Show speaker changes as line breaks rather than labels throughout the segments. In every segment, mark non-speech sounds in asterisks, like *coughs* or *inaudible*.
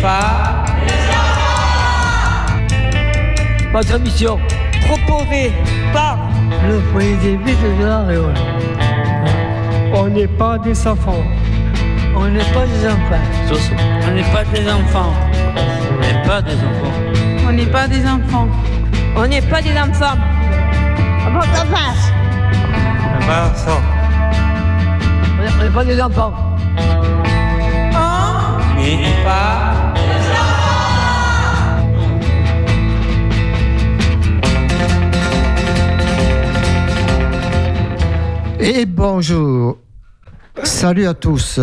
pas
Votre mission.
proposé par
Le foyer des vides de la Réole.
On n'est pas des enfants.
On n'est pas des enfants.
On n'est pas des enfants. On n'est pas des enfants.
On n'est pas des enfants.
On n'est pas des enfants. Ah Bon, ça passe.
On n'est- on n'est pas des enfants.
pas
Et bonjour. Salut à tous.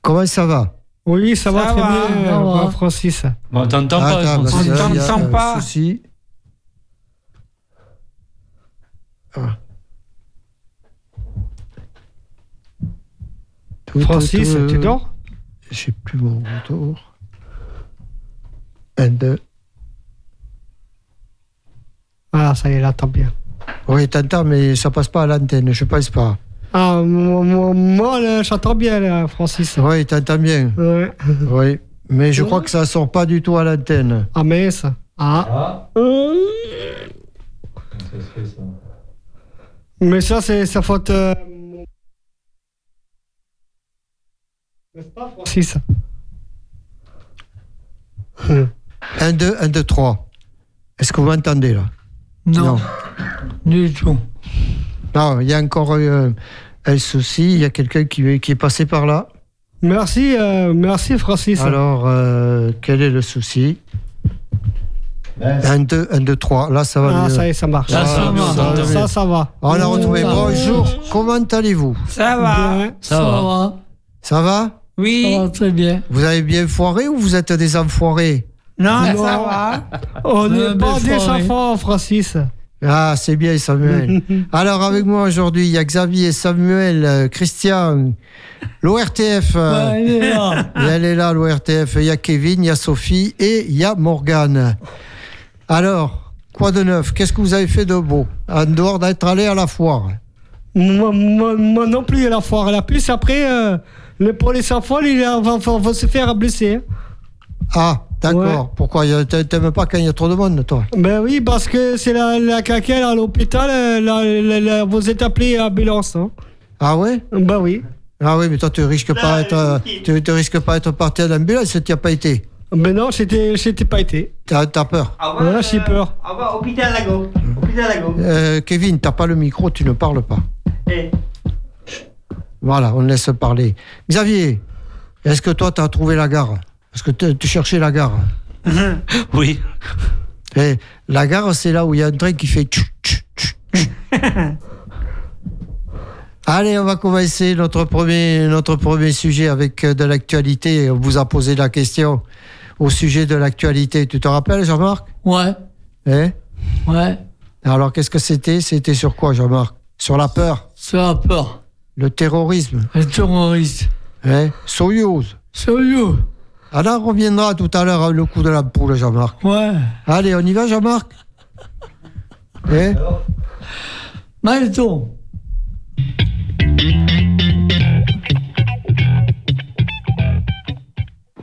Comment ça va
Oui, ça, va
Ça
très
va,
bien,
ça
euh,
va.
Francis.
Bon, t'entends pas,
Attends,
Francis.
parce que là, il y a
t'entend
un
pas.
souci. Ah. Tout,
Francis,
tout, tout,
tu dors
J'ai plus mon retour. Un, deux.
Ah, ça y est, là, tant bien.
Oui, t'entends, mais ça passe pas à l'antenne, je pense pas.
Ah, moi, moi, moi, là, j'entends bien, là, Francis.
Oui, t'entends bien.
Ouais.
Oui. Mais je crois que ça sort pas du tout à l'antenne.
Ah, mais ça. Ah. Mais ça, c'est sa faute. euh, N'est-ce pas, Francis Hum.
1, 2, 1, 2, 3. Est-ce que vous m'entendez là
Non, du tout.
Non, il y a encore euh, un souci. Il y a quelqu'un qui, qui est passé par là.
Merci, euh, merci, Francis.
Alors, euh, quel est le souci 1, 2, 1, 2, 3. Là, ça va
ah,
mieux.
ça y est, ça marche.
Là, ça
Ah,
marche,
ça,
tant
ça,
mieux.
ça va. Mmh.
On l'a retrouvé. Bonjour, comment allez-vous
ça va
Ouais.
Ça va.
Ça va
oui
Ça va très bien.
Vous avez bien foiré ou vous êtes des enfoirés
non ça
Non.
va
On
Euh,
n'est pas
belle
des
soirée.
enfants, Francis.
Ah, c'est bien, Samuel. Alors, avec moi aujourd'hui, il y a Xavier, Samuel, euh, Christian, l'ORTF. euh,
Ouais, il est là.
Et *laughs* Elle est là, l'ORTF. Il y a Kevin, il y a Sophie et il y a Morgane. Alors, quoi de neuf Qu'est-ce que vous avez fait de beau En dehors d'être allé à la foire
Moi, moi- moi non plus, la foire. La puce, après, euh, le pour les enfants, il va, va- va- va se faire blesser. hein.
Ah, d'accord.
Ouais.
Pourquoi Il y a- t'a- T'aimes pas quand il y a trop de monde, toi
Ben oui, parce que c'est la, la caquelle à l'hôpital, euh, la- la- la- vous êtes appelé ambulance. hein.
Ah ouais
Ben oui.
Ah oui, mais toi, tu risques pas être, euh, tu, tu risques pas être parti à l'ambulance si tu n'y as pas été.
Ben non, j'étais j'étais pas été.
T'as as peur.
Voilà, j'ai peur.
Au revoir, Ah bah, hôpital Lago. Hôpital Lago.
Euh, Kevin, t'as pas le micro, tu ne parles pas.
Eh.
Voilà, on laisse parler. Xavier, est-ce que toi, tu as trouvé la gare Parce que t'es- tu cherchais la gare.
*laughs*
Oui.
Eh, la gare, c'est là où il y a un train qui fait. tchou, tchou, tchou, tchou. Allez, on va commencer notre premier, notre premier sujet avec euh, de l'actualité. On vous a posé la question au sujet de l'actualité. Tu te rappelles, Jean-Marc
Ouais,
Eh
ouais.
Alors, qu'est-ce que c'était C'était sur quoi, Jean-Marc Sur la peur,
Ça a peur.
le terrorisme,
Les terroristes.
eh Soyuz.
Sérieux
Alors, Ah, on reviendra tout à l'heure euh, le coup de la poule, Jean-Marc.
Ouais.
Allez, on y va, Jean-Marc Eh
Maïton.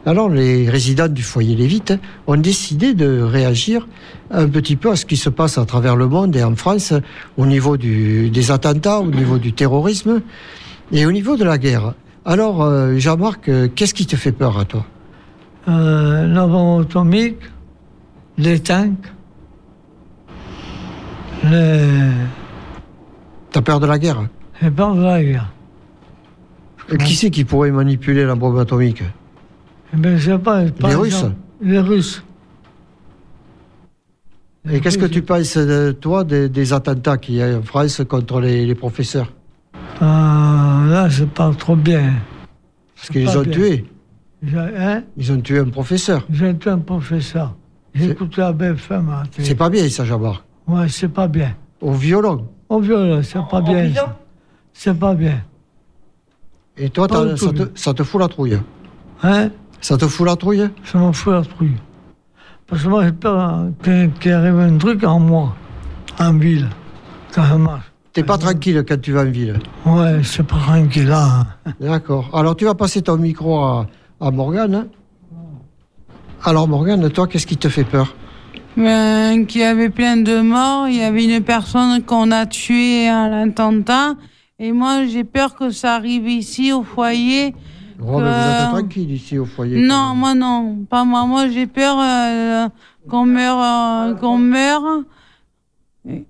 Alors, les résidents du foyer Lévite ont décidé de réagir un petit peu à ce qui se passe à travers le monde et en France au niveau du- des attentats, au niveau du terrorisme et au niveau de la guerre. Alors, euh, Jean-Marc, euh, qu'est-ce qui te fait peur à toi
Euh, la bombe atomique, les tanks, les,
T'as peur de la guerre
les bombes de la guerre.
Et Qui c'est qui pourrait manipuler la bombe atomique
Mais Eh ben, je sais pas, par
Les
exemple,
Russes
Les Russes.
Et qu'est-ce que tu penses, euh, toi, des, des attentats qu'il y a en France contre les, les professeurs
Ah, là, je parle trop bien.
Parce qu'ils
Pas
les ont
bien.
tués.
Je, hein,
Ils ont tué un professeur.
J'ai été un professeur. J'écoute la BFM à la télé.
C'est pas bien, ça, Jean-Marc.
Ouais, c'est pas bien.
Au violon.
Au violon, c'est pas bien.
prison
ça. C'est pas bien.
Et toi,
Pas
t'as-
du tout
ça
bien.
te- ça te fout la trouille.
Hein
Ça te fout la trouille hein
Je m'en fous la trouille. Parce que moi, j'ai peur qu'il qu'il arrive un truc en moi, en ville, quand je marche.
T'es pas tranquille quand tu vas en ville.
Ouais, c'est pas rien qui est là. hein.
D'accord. Alors tu vas passer ton micro à, à Morgane. hein. Alors Morgane, toi, qu'est-ce qui te fait peur
Ben, qu'il y avait plein de morts, il y avait une personne qu'on a tuée à l'attentat. Et moi, j'ai peur que ça arrive ici au foyer.
Oh, mais Vous êtes
Euh,
tranquille ici au foyer.
Non, moi non, pas moi. Moi, j'ai peur euh, qu'on meure, euh, qu'on meure. Et-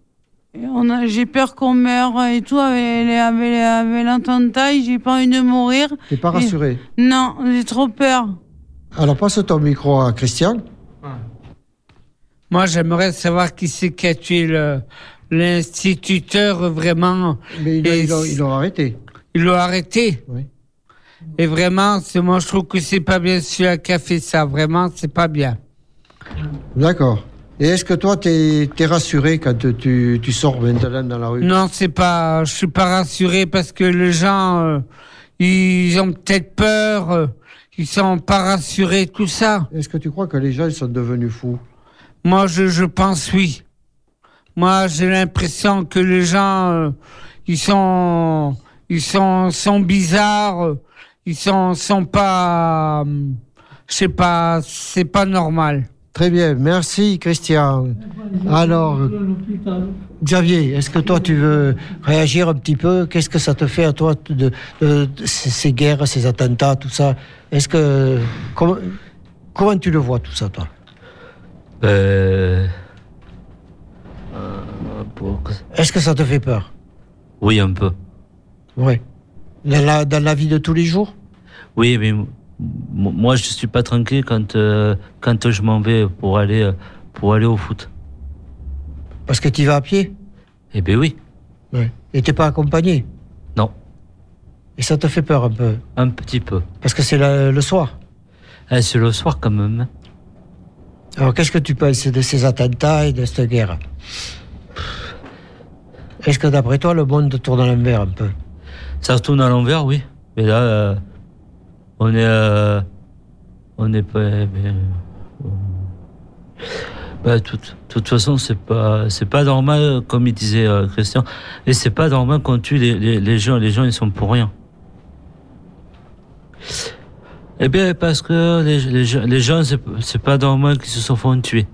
et on a- J'ai peur qu'on meure et tout avec, les- avec, les- avec l'attentat. et J'ai pas envie de mourir.
T'es pas rassuré.
Non, j'ai trop peur.
Alors passe ton micro à Christian.
Moi, j'aimerais savoir qui c'est qui a tué le- l'instituteur vraiment.
Mais ils l'ont-
Et
ils l'ont-
si-
ils l'ont arrêté.
Ils l'ont arrêté.
Oui.
Et vraiment, c'est- moi, je trouve que c'est pas bien celui qui a fait ça. Vraiment, c'est pas bien.
D'accord. Et est-ce que toi, t'es es rassuré quand tu, tu- tu sors maintenant dans la rue
Non, c'est pas. Je suis pas rassuré parce que les gens, euh, ils ont peut-être peur. euh, ils sont pas rassurés, tout ça.
Est-ce que tu crois que les gens ils sont devenus fous
Moi, je, je pense oui. Moi, j'ai l'impression que les gens, euh, ils sont, ils sont, sont bizarres. euh, Ils sont, sont pas. hum, Je sais pas. C'est pas normal.
Très bien, merci Christian. Alors, Xavier, est-ce que toi tu veux réagir un petit peu Qu'est-ce que ça te fait à toi de, de- de ces ces guerres, ces attentats, tout ça Est-ce que comment, comment tu le vois tout ça toi
Euh, euh, pour que-
Est-ce que ça te fait peur
Oui, un peu.
Oui. Dans la, dans la vie de tous les jours
Oui, mais m- moi, je suis pas tranquille quand, euh, quand je m'en vais pour aller, euh, pour aller au foot.
Parce que tu vas à pied
Eh bien oui,
Oui. Et t'es pas accompagné
Non.
Et ça te fait peur un peu
un petit peu.
Parce que c'est la- le soir.
Eh, c'est le soir quand même. hein.
Alors, qu'est-ce que tu penses de ces attentats et de cette guerre Est-ce que d'après toi, le monde tourne à l'envers un peu
Ça se tourne à l'envers, oui. Mais là, euh, on est... euh, on n'est pas... eh bien, euh, bah, de toute, toute façon, c'est pas, c'est pas normal, euh, comme il disait euh, Christian, et c'est pas normal qu'on tue les, les, les gens. Les gens, ils sont pour rien. Eh bien, parce que les, les, gens- les gens, c'est c'est pas normal qu'ils se sont fait tuer.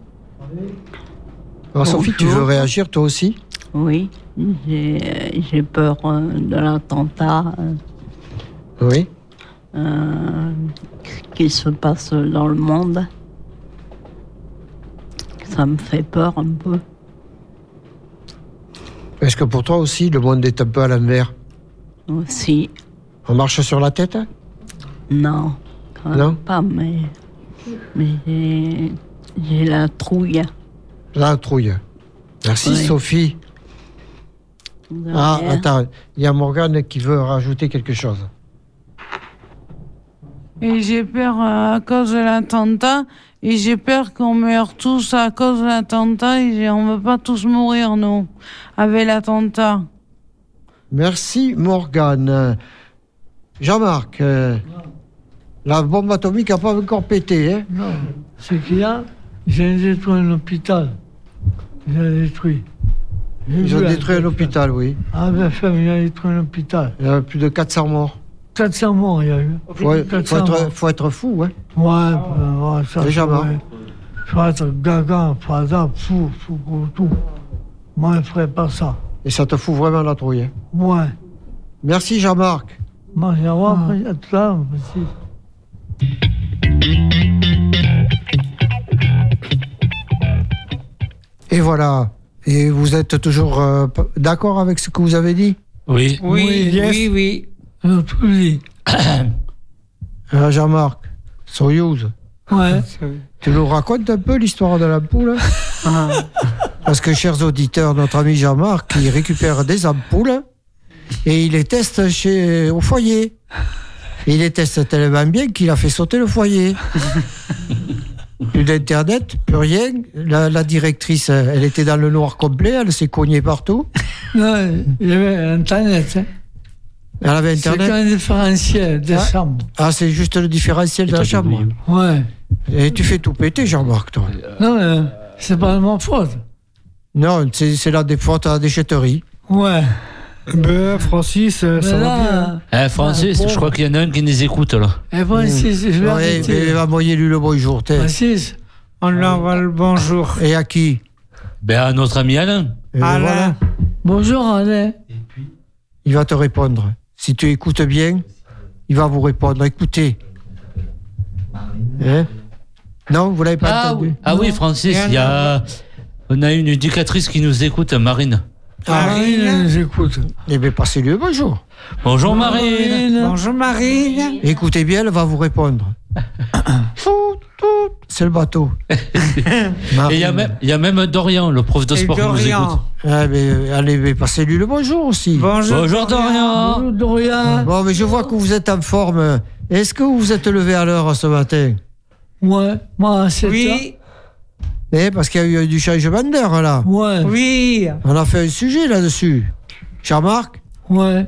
Alors, Sophie, tu veux réagir toi aussi
Oui, j'ai j'ai peur euh, de l'attentat euh,
Oui.
euh, qui se passe dans le monde. Ça me fait peur un peu.
Est-ce que pour toi aussi, le monde est un peu à l'envers
Aussi,
On marche sur la tête
non, quand même
Non.
Euh, pas, mais, mais j'ai- j'ai la trouille.
La trouille. Merci,
Oui.
Sophie.
de
Ah,
rien.
attends, il y a Morgane qui veut rajouter quelque chose.
Et j'ai peur euh, à cause de l'attentat. Et j'ai peur qu'on meure tous à cause de l'attentat. Et j'ai- on veut pas tous mourir, nous, avec l'attentat.
Merci, Morgane. Jean-Marc, euh, la bombe atomique n'a pas encore pété, hein
Non, ce qu'il y a, ils ont Hein détruit un hôpital. Ils ont détruit. J'ai
Ils ont
vu à
détruit un
BFM.
hôpital, oui.
Ah, BFM, ils ont détruit un hôpital.
Il y a plus de 400 morts.
400 morts, il y a eu.
Faut, faut
400
être,
morts.
faut être fou, hein
Ouais, ben, ouais, ça.
Déjà
faut-
mort.
Faut être gaga, faut être fou, fou, gros, tout. Moi, je ferais pas ça.
Et ça te fout vraiment la trouille. hein.
Ouais.
Merci Jean-Marc.
Moi, j'ai voir, à tout à l'heure, monsieur.
Et voilà. Et vous êtes toujours euh, p- d'accord avec ce que vous avez dit
Oui.
Oui,
Oui, yes.
oui, oui.
Ils ont Euh, tout
*coughs*
dit.
Hein, Jean-Marc, Soyouz,
Ouais.
tu nous racontes un peu l'histoire de la poule hein
Ah.
Parce que, chers auditeurs, notre ami Jean-Marc, il récupère des ampoules et il les teste chez, au foyer. Il les teste tellement bien qu'il a fait sauter le foyer. plus d'Internet, plus rien. La, la directrice, elle était dans le noir complet, elle s'est cognée partout.
Non, il y avait Internet. Hein.
Elle avait
C'est
Internet.
un différentiel de
Ah.
chambre.
Ah, c'est juste le différentiel de la chambre.
Ouais.
Et tu fais tout péter, Jean-Marc, toi.
Non, mais c'est pas de ma faute.
Non, c'est c'est la défaite à la déchetterie.
Ouais.
Ben, Francis, euh, ça va bien.
Eh,
Ah,
Francis, je crois qu'il y en a un qui nous écoute là.
Eh, Francis, je vais
Ouais,
arrêter.
mais envoyez-lui le bonjour, t'es.
Francis,
On leur va le bonjour.
Ah. Et à qui
Ben, à notre ami Alain.
Et voilà.
Alain,
bonjour Alain.
Il va te répondre. Si tu écoutes bien, il va vous répondre. Écoutez. Hein non, vous l'avez pas
Ah,
entendu
oui. Ah oui, Francis, il y a. On a une éducatrice qui nous écoute, Marine.
Marine, j'écoute.
Ah, Eh bien, passez-lui le bonjour.
Bonjour Marine.
bonjour Marine.
Écoutez bien, elle va
*coughs*
vous répondre. Tout, tout. C'est le bateau.
Et il y, a
Marine.
même- il y a même Dorian, le prof de
Et
sport qui nous écoute.
Dorian.
Ah, mais, euh, allez, mais passez-lui le bonjour aussi. Bon.
Bonjour,
Bonjour Dorian.
Bonjour Doria.
mais je vois que vous êtes en forme. Est-ce que vous vous êtes levé à l'heure euh, ce matin
Euh,
Ouais, moi, c'est
Oui,
Eh, parce qu'il y a eu du changement d'heure, là.
ça. Ouais,
oui.
On a fait un sujet là-dessus. Jean-Marc
ouais.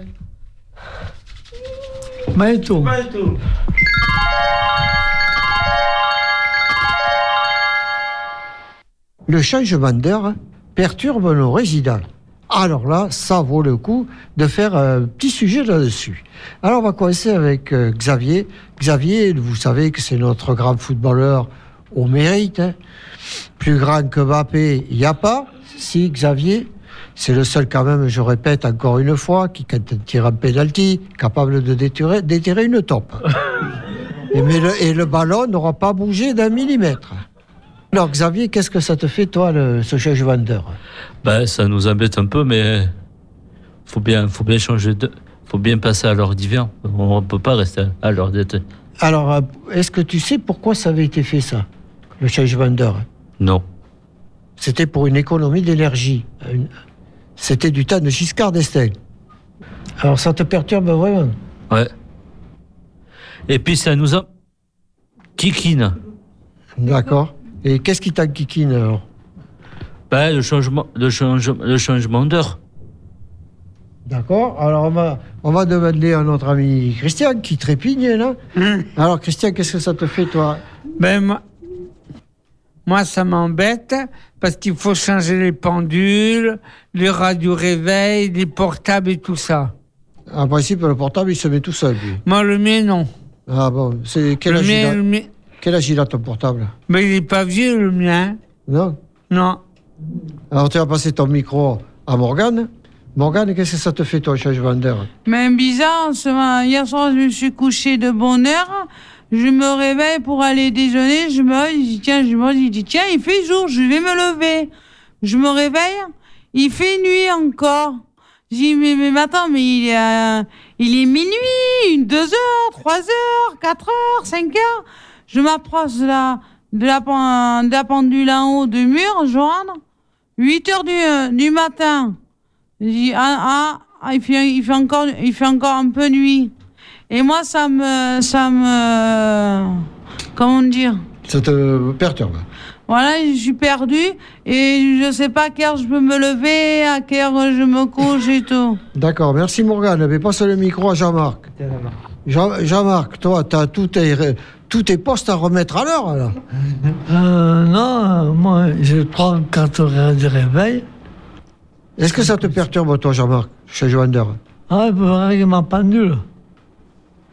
Maïto.
Maestro.
le changement d'heure perturbe nos résidents. Alors là, ça vaut le coup de faire un petit sujet là-dessus. Alors on va commencer avec euh, Xavier. Xavier, vous savez que c'est notre grand footballeur au mérite. hein. Plus grand que Mbappé, il n'y a pas. Si Xavier, c'est le seul quand même, je répète encore une fois, qui quand il tire un penalty, capable de déterrer, déterrer une taupe. Et, mais le- et le ballon n'aura pas bougé d'un millimètre. Alors Xavier, qu'est-ce que ça te fait toi, le, ce changement d'heure
Ben, ça nous embête un peu, mais faut bien, faut bien changer de, faut bien passer à l'heure d'hiver. On peut pas rester à l'heure d'été.
Alors, euh, est-ce que tu sais pourquoi ça avait été fait ça, le changement d'heure
Non.
C'était pour une économie d'énergie. Une- C'était du temps de Giscard d'Estaing. Alors ça te perturbe vraiment
Ouais. Et puis ça nous a kikine.
D'accord. Et qu'est-ce qui t'enquiquine alors
Ben, le changement, le changement, le changement d'heure.
D'accord. Alors on va, on va demander à notre ami Christian qui trépigne là.
Mmh.
Alors Christian, qu'est-ce que ça te fait toi
Ben, moi, moi, ça m'embête parce qu'il faut changer les pendules, les radios réveil, les portables et tout ça.
En principe, le portable, il se met tout seul. lui.
Moi, le mien, non.
Ah bon, c'est quel,
Le
âge il
mien,
a-
le mien-
quel âge il a ton portable
Mais il n'est pas vieux, le mien.
Non
Non.
Alors, tu vas passer ton micro à Morgane. Morgane, qu'est-ce que ça te fait, ton changement d'heure
Mais bizarre, ce matin- hier soir, je me suis couché de bonne heure. Je me réveille pour aller déjeuner. Je me réveille, je dis, tiens, je me dis, tiens, il fait jour, je vais me lever. Je me réveille, il fait nuit encore. Je dis, mais, mais mais attends, mais il est, euh, il est minuit, une, deux heures, trois heures, quatre heures, cinq heures. Je m'approche de la, de la, pen- de la pendule en haut du mur, je rentre. Huit heures du, euh, du matin. Je dis, ah, ah, ah, il fait, il fait encore, il fait encore un peu nuit. Et moi, ça me, ça me, comment dire?
Ça te perturbe.
Voilà, je suis perdue et je sais pas à quelle heure je peux me lever, à quelle heure je me couche et tout.
D'accord, merci Morgane. Mais passe le micro à Jean-Marc. Jean- Jean-Marc, toi, tu as tous tes, ré- tous tes postes à remettre à l'heure, là.
Euh, non, euh, moi, j'ai 34 heures de réveil.
Est-ce que ça te perturbe, toi, Jean-Marc, changement d'heure
Ah, il faut régler ma pendule.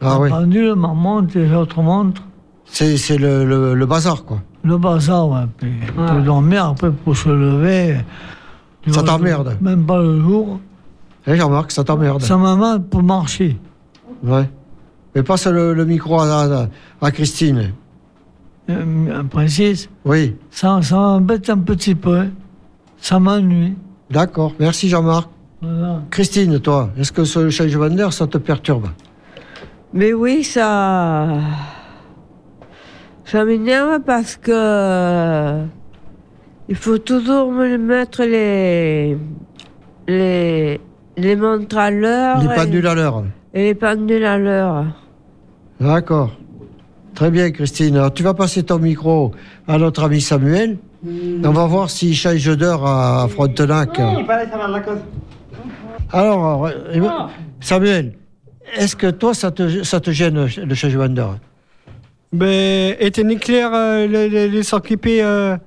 Ah
ma
oui,
pendule, ma montre et l'autre montre.
c'est c'est le, le- le bazar, quoi.
Le bazar, ouais. Puis pour dormir, après, pour se lever.
Ça
Euh,
t'emmerde.
Même pas le jour.
Hein, Jean-Marc, ça t'emmerde.
Ça m'emmerde pour marcher.
Ouais. Mais passe le, le micro à, à- à Christine.
Euh, précise,
Oui,
ça, ça m'embête un petit peu. hein. Ça m'ennuie.
d'accord. Merci, Jean-Marc.
Voilà.
Christine, toi, est-ce que ce changement d'heure, ça te perturbe
Mais oui, ça. Ça m'énerve parce que. Il faut toujours me mettre les. les. les montres à l'heure.
Les
et-
pendules à l'heure.
Et les pendules à l'heure.
D'accord. Très bien, Christine. Alors, tu vas passer ton micro à notre ami Samuel. On va voir s'il change d'heure à Frontenac.
Y para esa mala cosa.
Alors, euh, eh ben, Samuel, est-ce que toi, ça te, ça te gêne le changement d'heure
Ben, éteindre clair, euh, le, le, le s'occuper, euh,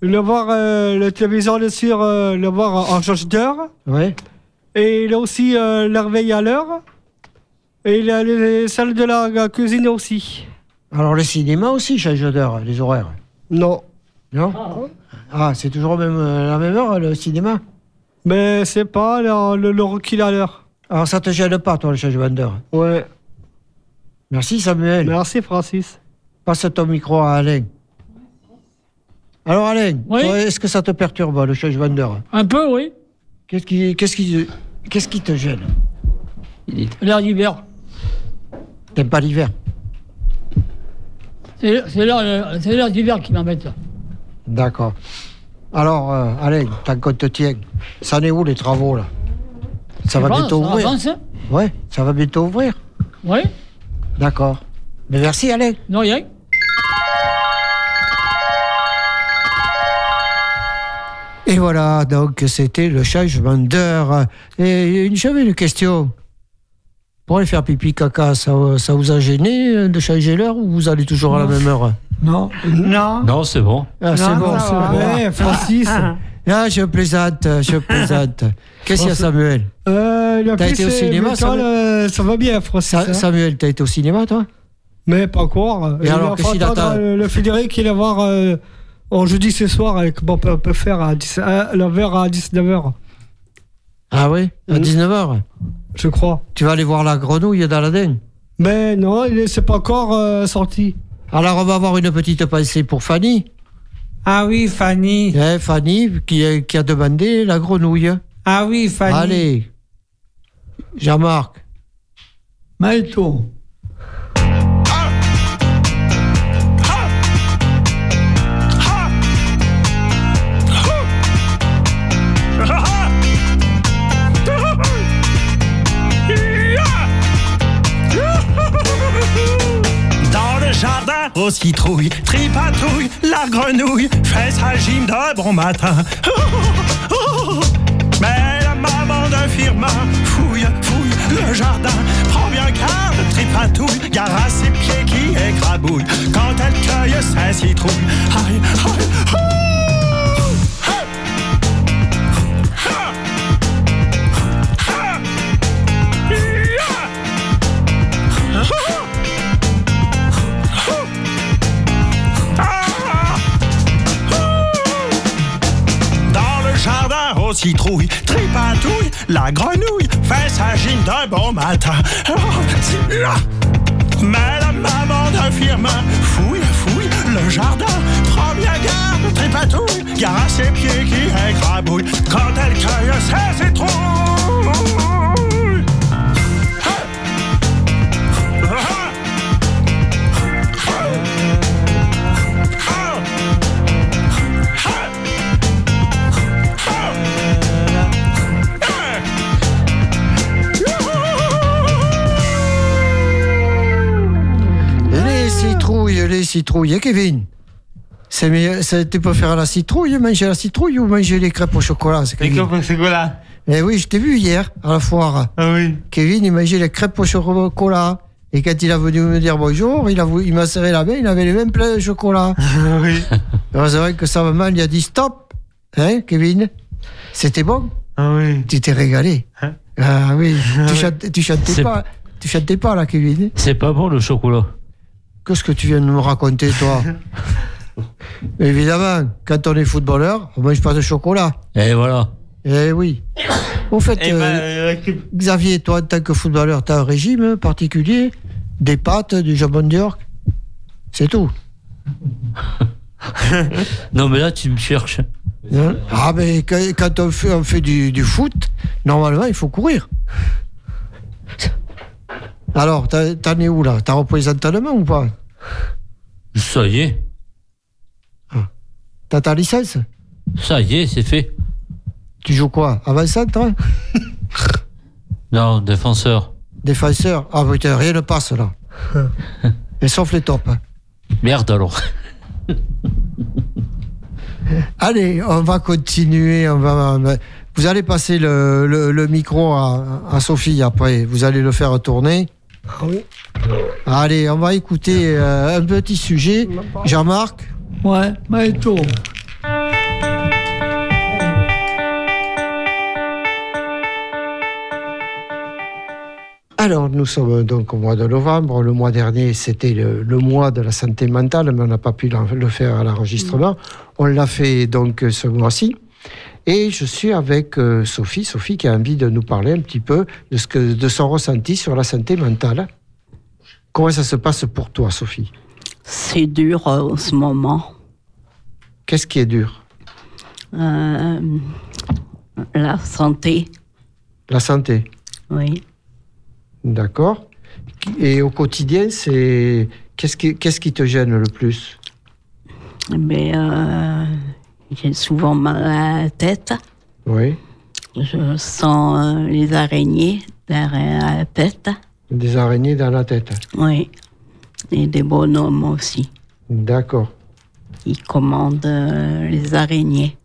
le voir, euh, le téléviseur le sur, euh, le voir en- en change d'heure.
Oui
Et il a aussi euh, la réveil à l'heure. Et il a les salles de la, la cuisine aussi.
Alors, le cinéma aussi change d'heure, les horaires
Non.
Non Ah, c'est toujours au même, euh, la même heure, le cinéma
Mais c'est pas le, le, le qu'il a l'heure.
Alors, Ah, ça te gêne pas, toi, le changement d'heure
Ouais.
Merci, Samuel.
Merci, Francis.
Passe ton micro à Alain. Alors, Alain,
Oui.
toi, est-ce que ça te perturbe, le changement d'heure
Un peu, oui.
Qu'est-ce qui, qu'est-ce qui, qu'est-ce qui te gêne
L'heure d'hiver.
T'aimes pas l'hiver
C'est c'est l'heure euh, c'est l'heure d'hiver qui m'embête. là.
D'accord. Alors, euh, Alain, tant qu'on te tient, ça en est où les travaux, là Ça
Je
va
pense,
bientôt
ça
ouvrir
avance, hein.
Ouais, ça va bientôt ouvrir.
Oui
D'accord. Mais merci, Alain.
Non, rien.
Et voilà, donc c'était le changement d'heure. Et une- j'avais une question. Pour aller faire pipi caca, ça, ça vous a gêné euh, de changer l'heure ou vous allez toujours à la même heure
Non.
Non.
Non, c'est bon.
Ah, c'est
Non,
bon,
ça
c'est
va.
bon. Eh,
Ouais, Francis.
Ah, je plaisante, je plaisante. Qu'est-ce qu'il y a,
Francis.
Samuel
Euh, la
T'as
plus,
été au
c'est-
cinéma,
mais
Samuel
toi, le- ça va bien, Francis.
Sa-
hein.
Samuel, t'as été au cinéma, toi
Mais pas encore.
Et alors, qu'est-ce
qu'il
qu'il attend
euh, Le, le Fédéric, il va voir euh, en jeudi ce soir avec bon, on peut- on peut faire à 10 à la verre à 19h,
Ah oui À
Mm.
19h
je crois.
Tu vas aller voir la grenouille dans la denne
Mais non, il est- c'est pas encore euh, sorti.
Alors, on va avoir une petite pensée pour Fanny.
Ah oui, Fanny.
Eh, Fanny, qui, a- qui a demandé la grenouille.
Ah oui, Fanny.
Allez, Jean-Marc.
Maïto.
Dans le jardin aux citrouilles, tripatouille, la grenouille fait sa gym de bon matin. Mais la maman d'un firmin fouille, fouille le jardin, prend bien garde, tripatouille, gare à ses pieds qui écrabouillent quand elle cueille ses citrouilles. Aïe, aïe, ouh, hey. Dans le jardin aux citrouilles, tripatouille, la grenouille fait sa gym d'un bon matin. Oh, Mais la maman d'un firmin fouille, fouille le jardin, prend bien garde, tripatouille, gare à ses pieds qui écrabouillent quand elle cueille ses citrouilles. Hey! Ah!
Les citrouilles, les citrouilles. Et Kevin c'est mieux- c'est- tu peux faire la citrouille, manger la citrouille ou manger les crêpes au Ah chocolat c'est Kevin. Eh oui, je t'ai vu hier à la foire. Kevin, il mangeait les crêpes au chocolat. Et quand il est venu me dire bonjour, il, a voulu- il m'a serré la main, il avait les mêmes plein de chocolat. Ah *laughs* oui. c'est vrai que sa maman lui a dit stop. Hein, Kevin C'était bon Ah oui. Tu t'es régalé. ah oui. tu, chantais, tu chantais
C'est-
pas. Tu chantais pas là, Kevin
C'est pas bon le chocolat.
Qu'est-ce que tu viens de me raconter, toi *laughs* Évidemment, quand on est footballeur, on mange pas de chocolat.
Et voilà.
Eh oui. Au fait,
Eh ben,
euh, Xavier, toi, en tant que footballeur, tu as un régime particulier Des pâtes, du jambon d'York C'est *laughs* tout.
Non, mais là, tu me cherches.
Hein ah, mais que- quand on fait, on fait du, du foot, normalement, il faut courir. Alors, t'as- t'en es où là T'as repris les entraînements ou pas
Ça y est.
T'as ta licence
Ça y est, c'est fait.
Tu joues quoi Avant-centre hein
Non, défenseur.
Défenseur Ah, putain, rien ne passe là. Et sauf les tops. hein.
Merde alors.
*laughs* Allez, on va continuer. On va, vous allez passer le, le- le micro à, à Sophie après. Vous allez le faire tourner. Allez, on va écouter euh, un petit sujet. Jean-Marc
Ouais, Maïto.
Alors, nous sommes donc au mois de novembre. Le mois dernier, c'était le, le mois de la santé mentale, mais on n'a pas pu l'en- le faire à l'enregistrement. On l'a fait donc euh, ce mois-ci. Et je suis avec euh, Sophie, Sophie qui a envie de nous parler un petit peu de, ce que, de son ressenti sur la santé mentale. Comment ça se passe pour toi, Sophie
C'est dur euh, en ce moment.
Qu'est-ce qui est dur
Euh, la santé,
La santé,
oui.
d'accord Et au quotidien, c'est qu'est-ce qui, qu'est-ce qui te gêne le plus
Mais euh, j'ai souvent mal à la tête.
Oui,
Je sens euh, les araignées derrière la tête.
des araignées dans la tête.
Oui. Et des bonhommes aussi.
D'accord.
Ils commandent euh, les araignées.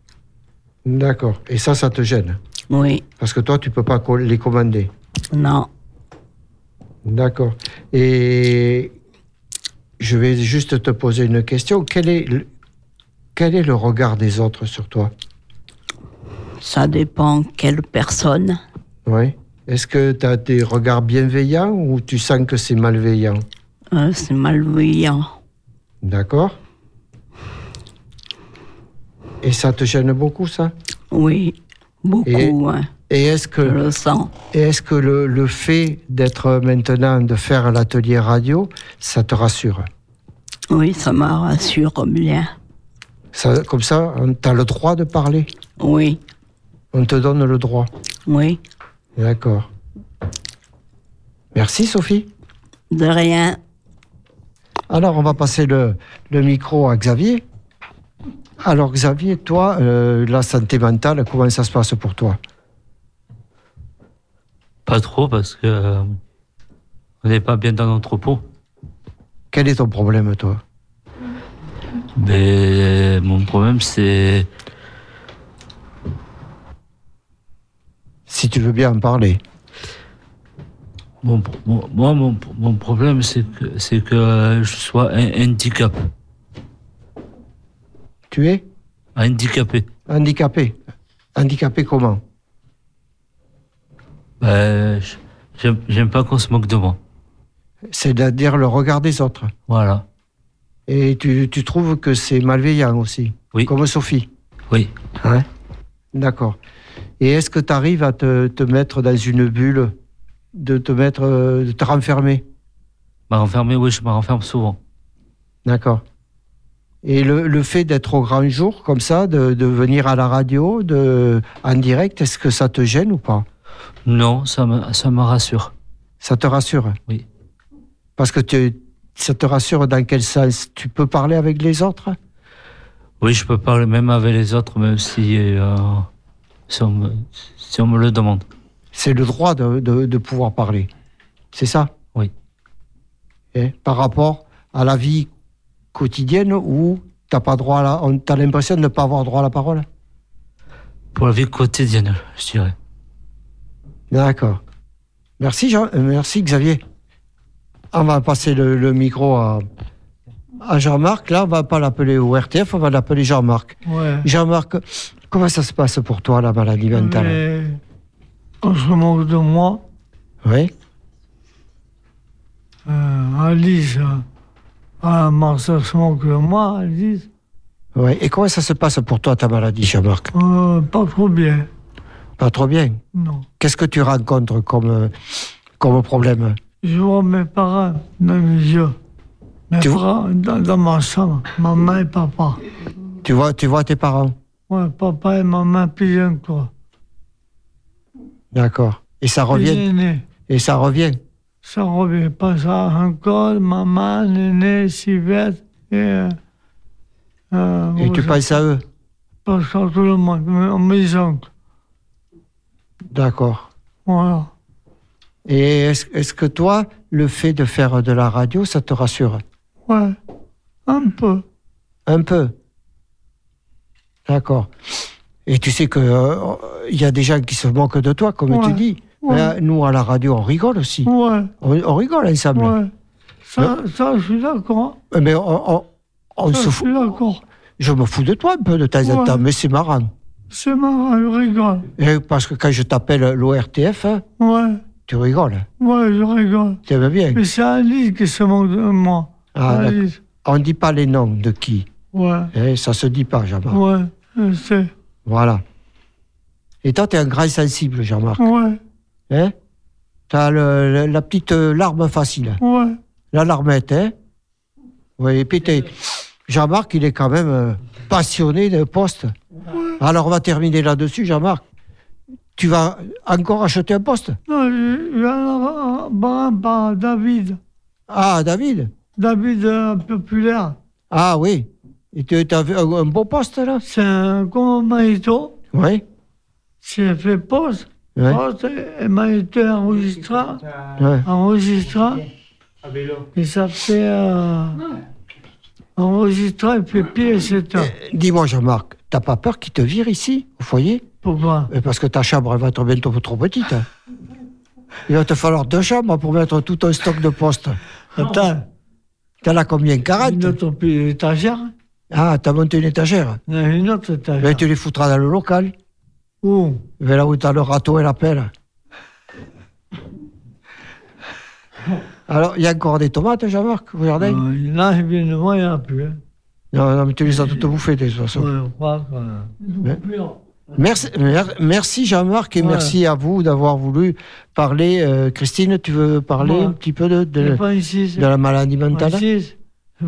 D'accord. Et ça, ça te gêne
Oui.
Parce que toi, tu peux pas co- les commander.
Non.
D'accord. Et je vais juste te poser une question. Quel est le, quel est le regard des autres sur toi
Ça dépend quelle personne.
Oui. Est-ce que tu as des regards bienveillants ou tu sens que c'est malveillant
Euh, c'est malveillant.
D'accord Et ça te gêne beaucoup, ça
Oui, beaucoup. hein.
Et,
ouais.
et est-ce que,
le sens.
Et est-ce que le, le fait d'être maintenant, de faire l'atelier radio, ça te rassure
Oui, ça me rassure bien.
Ça- Comme ça, tu as le droit de parler
Oui.
On te donne le droit
Oui,
D'accord. Merci, Sophie.
de rien.
Alors, on va passer le, le micro à Xavier. Alors, Xavier, toi, euh, la santé mentale, comment ça se passe pour toi
*laughs* Pas trop parce que euh, on n'est pas bien dans l'entrepôt.
Quel est ton problème, toi
Mais Ben, mon problème, c'est
Si tu veux bien en parler.
mon, pro- mon- moi mon, pro- mon problème, c'est que c'est que euh, je sois un handicap,
Tu es
handicapé.
handicapé. Handicapé comment
Ben, je- j'aime- j'aime pas qu'on se moque de moi.
C'est-à-dire le regard des autres.
Voilà.
Et tu, tu trouves que c'est malveillant aussi
Oui.
Comme Sophie
Oui.
Hein D'accord. Et est-ce que tu arrives à te, te mettre dans une bulle, de te mettre, euh, de te renfermer
M'a renfermé, oui, je me renferme souvent.
D'accord. Et le, le fait d'être au grand jour, comme ça, de, de venir à la radio, de, en direct, est-ce que ça te gêne ou pas
Non, ça me, ça me rassure.
Ça te rassure
Oui.
Parce que tu- ça te rassure dans quel sens Tu peux parler avec les autres
Oui, je peux parler même avec les autres, même si, euh, si, on, me, si on me le demande.
C'est le droit de, de- de pouvoir parler. C'est ça
Oui.
Et par rapport à la vie quotidienne où tu n'as pas droit à la- on- t'as l'impression de ne pas avoir droit à la parole
Pour la vie quotidienne, je dirais.
D'accord. Merci, Jean, euh, merci Xavier. On va passer le, le micro à, à Jean-Marc. Là, on va pas l'appeler au RTF, on va l'appeler Jean-Marc.
Ouais.
Jean-Marc, comment ça se passe pour toi, la maladie mentale
Mais on se moque de moi.
Oui,
Euh, Alice, euh, à Marseille se moque de moi, Alice.
oui. Et comment ça se passe pour toi, ta maladie, Jean-Marc
Euh, pas trop bien,
Pas trop bien.
non.
Qu'est-ce que tu rencontres comme, euh, comme problème
Je vois mes parents dans mes yeux. Mes
Tu-
parents dans, dans ma chambre, maman et papa.
tu vois, tu vois tes parents
Ouais, papa et maman plus jeunes que toi.
D'accord. Et ça
Plus
revient
aînés.
Et ça revient
Ça revient pas ça encore, maman, l'aîné, Sylvette et... euh, euh,
Et tu
vous-
penses à eux
Parce que tout le monde, mes- mes oncles,
D'accord.
voilà.
Et est-ce est-ce que toi, le fait de faire de la radio, ça te rassure
Ouais, un peu.
Un peu. D'accord. Et tu sais que euh, il y a des gens qui se moquent de toi, comme
Ouais,
tu dis.
ouais.
Là, nous, à la radio, on rigole aussi.
Ouais,
On, on rigole ensemble. Euh,
ouais. Ça, ça, je suis d'accord.
Mais on, on- on
Ça,
se
je
fout.
suis d'accord.
Je me fous de toi un peu de temps en
Ouais.
temps, mais c'est marrant.
C'est marrant, je rigole.
Et parce que quand je t'appelle l'ORTF,
Ouais,
hein, Tu rigoles.
Ouais, je rigole.
Tu vas bien.
Mais c'est Alice qui se moque de moi.
Ah, d'accord.
Alice.
on ne dit pas les noms de qui.
Ouais,
Eh, ça se dit pas, Jean-Marc.
ouais, je sais.
Voilà. Et toi, tu es un grand sensible, Jean-Marc.
Ouais, Mm.
Hein tu as la petite euh, larme facile.
ouais.
La larmette, hein Oui, et puis t'es- Jean-Marc, il est quand même euh, passionné de poste. Alors, on va terminer là-dessus, Jean-Marc. Tu vas encore acheter un poste
Non, il y en a un par David.
Ah, David
David euh, populaire.
Ah oui. Et tu as un, un beau poste, là
C'est un comme Maïto.
Oui.
J'ai fait poste.
Ouais.
Poste et Maïto enregistra.
Ouais.
Enregistra. Et ça fait. Euh, enregistra et puis pile, c'est un.
Euh, Dis-moi, Jean-Marc, t'as pas peur qu'il te vire ici, au foyer
Pourquoi
Eh, Parce que ta chambre elle va être bientôt trop petite. hein. Il va te falloir deux chambres pour mettre tout un stock de postes.
Attends.
T'en as combien 40 Une
autre étagère.
Ah, t'as monté une étagère
Il y en a une autre étagère.
Mais tu les foutras dans le local.
Où
Mais là où t'as le râteau et la
*laughs*
pelle. Alors, il y a encore des tomates, Jean-Marc, au jardin
Euh, il y en a, évidemment, il n'y en a plus. Hein.
non, non, mais tu les as toutes bouffées, de toute façon.
Ouais, on euh, croit qu'on-
Ah, Ouais. Merci, mer- merci Jean-Marc et
Ouais.
merci à vous d'avoir voulu parler. Euh, Christine, tu veux parler
Ouais.
un petit peu de, de,
C'est Francis.
de la maladie mentale
Francis,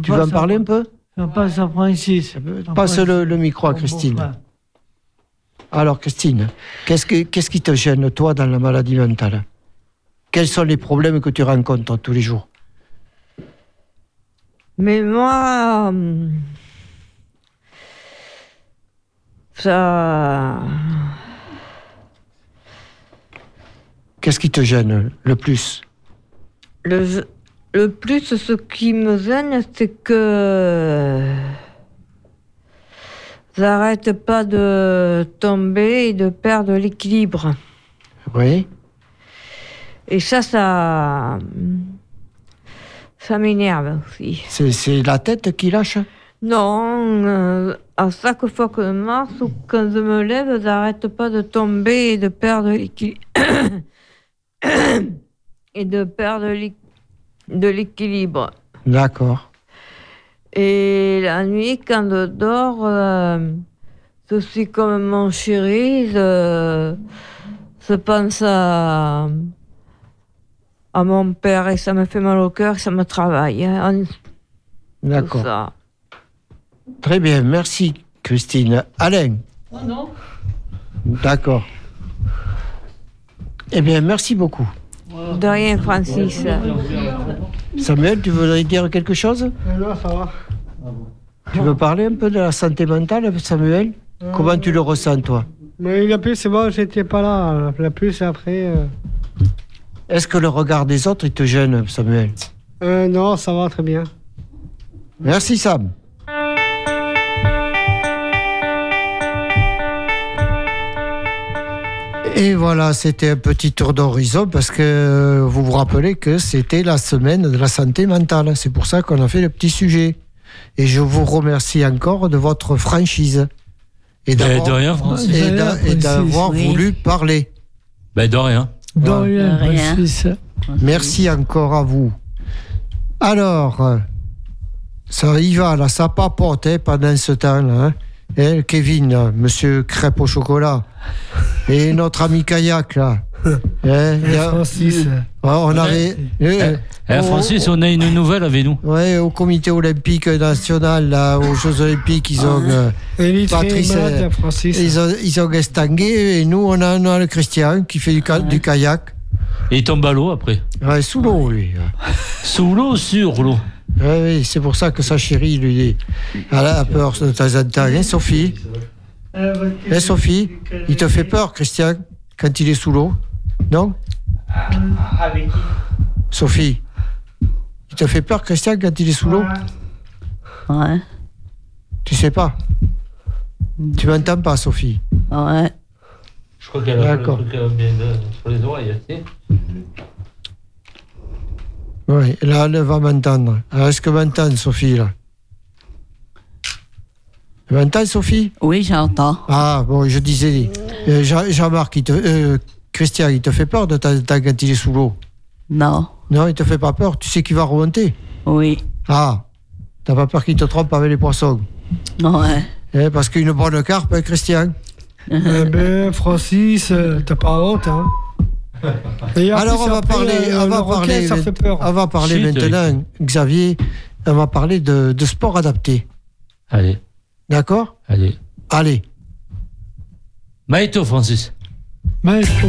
Tu veux en parler un peu
On passe à Francis.
Passe le, le micro à Christine. Alors Christine, qu'est-ce que- qu'est-ce qui te gêne toi dans la maladie mentale Quels sont les problèmes que tu rencontres tous les jours
Mais moi, euh, ça,
Qu'est-ce qui te gêne le plus
le, le plus, ce qui me gêne, c'est que j'arrête pas de tomber et de perdre l'équilibre.
Oui
Et ça, ça, ça m'énerve aussi.
C'est c'est la tête qui lâche
Non, euh, à chaque fois que je marche ou quand je me lève, j'arrête pas de tomber et de perdre l'équilibre. *coughs* et de perdre l'équi- de l'équilibre.
D'accord.
Et la nuit, quand je dors, euh, je suis comme mon chéri, je, je pense à, à mon père et ça me fait mal au cœur, ça me travaille. hein, tout
D'accord.
ça.
Très bien, merci Christine. Alain
Ah
non.
D'accord. Eh bien, merci beaucoup.
De rien, Francis.
Samuel, tu voudrais dire quelque chose
Là, ça va.
Tu veux parler un peu de la santé mentale, Samuel Comment tu le ressens, toi
Mais la pluie, c'est bon, j'étais pas là. La pluie, c'est après. euh,
Est-ce que le regard des autres, il te gêne, Samuel
euh, non, ça va très bien.
Merci, Sam. Et voilà, c'était un petit tour d'horizon parce que euh, vous vous rappelez que c'était la semaine de la santé mentale. C'est pour ça qu'on a fait le petit sujet. Et je vous remercie encore de votre franchise. Et
Ben,
d'avoir-
de rien, Francis.
et
De rien,
d'a- et
Francis,
d'avoir
oui.
voulu parler.
Ben, de rien.
Voilà.
De rien.
Merci encore à vous. Alors, euh, ça y va, là, ça papote hein, pendant ce temps-là. hein. Hein, Kevin, là, monsieur crêpe au chocolat. Et notre ami kayak, là. Hein, il y a-
Francis.
Ouais, on avait. euh,
Eh,
au-
Francis, on a une nouvelle avec nous.
ouais, au comité olympique national, là, aux Jeux olympiques, ils ont. euh,
Élite
Patrice,
Raymonde,
euh,
Francis.
ils ont, ils ont Guestanguet, et nous, on a, on a le Christian qui fait du, ca- du kayak.
Et il tombe à l'eau après.
Ouais, sous l'eau, lui.
Sous l'eau, sur l'eau.
Oui, oui, c'est pour ça que sa chérie, lui, elle a peur de temps en temps. Hein, Sophie Hein, Sophie Il te fait peur, Christian, quand il est sous l'eau Non
Avec qui
Sophie Il te fait peur, Christian, quand il est sous l'eau
Ouais.
Tu sais pas Tu m'entends pas, Sophie
Ouais.
Je crois qu'elle a le
D'accord.
truc euh, bien, euh, sur les oreilles, tu sais.
Oui, là, elle va m'entendre. Alors, est-ce que m'entend, Sophie, là Tu m'entends, Sophie
Oui, j'entends.
Ah, bon, je disais, euh, Jean- Jean-Marc, il te- euh, Christian, il te fait peur de ta, ta- quand il est sous l'eau
Non.
Non, il te fait pas peur. Tu sais qu'il va remonter
Oui.
Ah, t'as pas peur qu'il te trompe avec les poissons
Ouais.
Eh, parce qu'une bonne carpe,
*laughs*
hein, Christian
Eh ben, Francis, euh, t'as pas honte, hein D'ailleurs,
Alors
plus
on va
après,
parler,
euh,
on
le
va
roquet,
parler,
ça
maint-
fait peur.
on va parler
Chut,
maintenant, Xavier, on va parler de, de sport adapté.
Allez,
D'accord
allez.
Allez.
Maïto, Francis.
Maestro,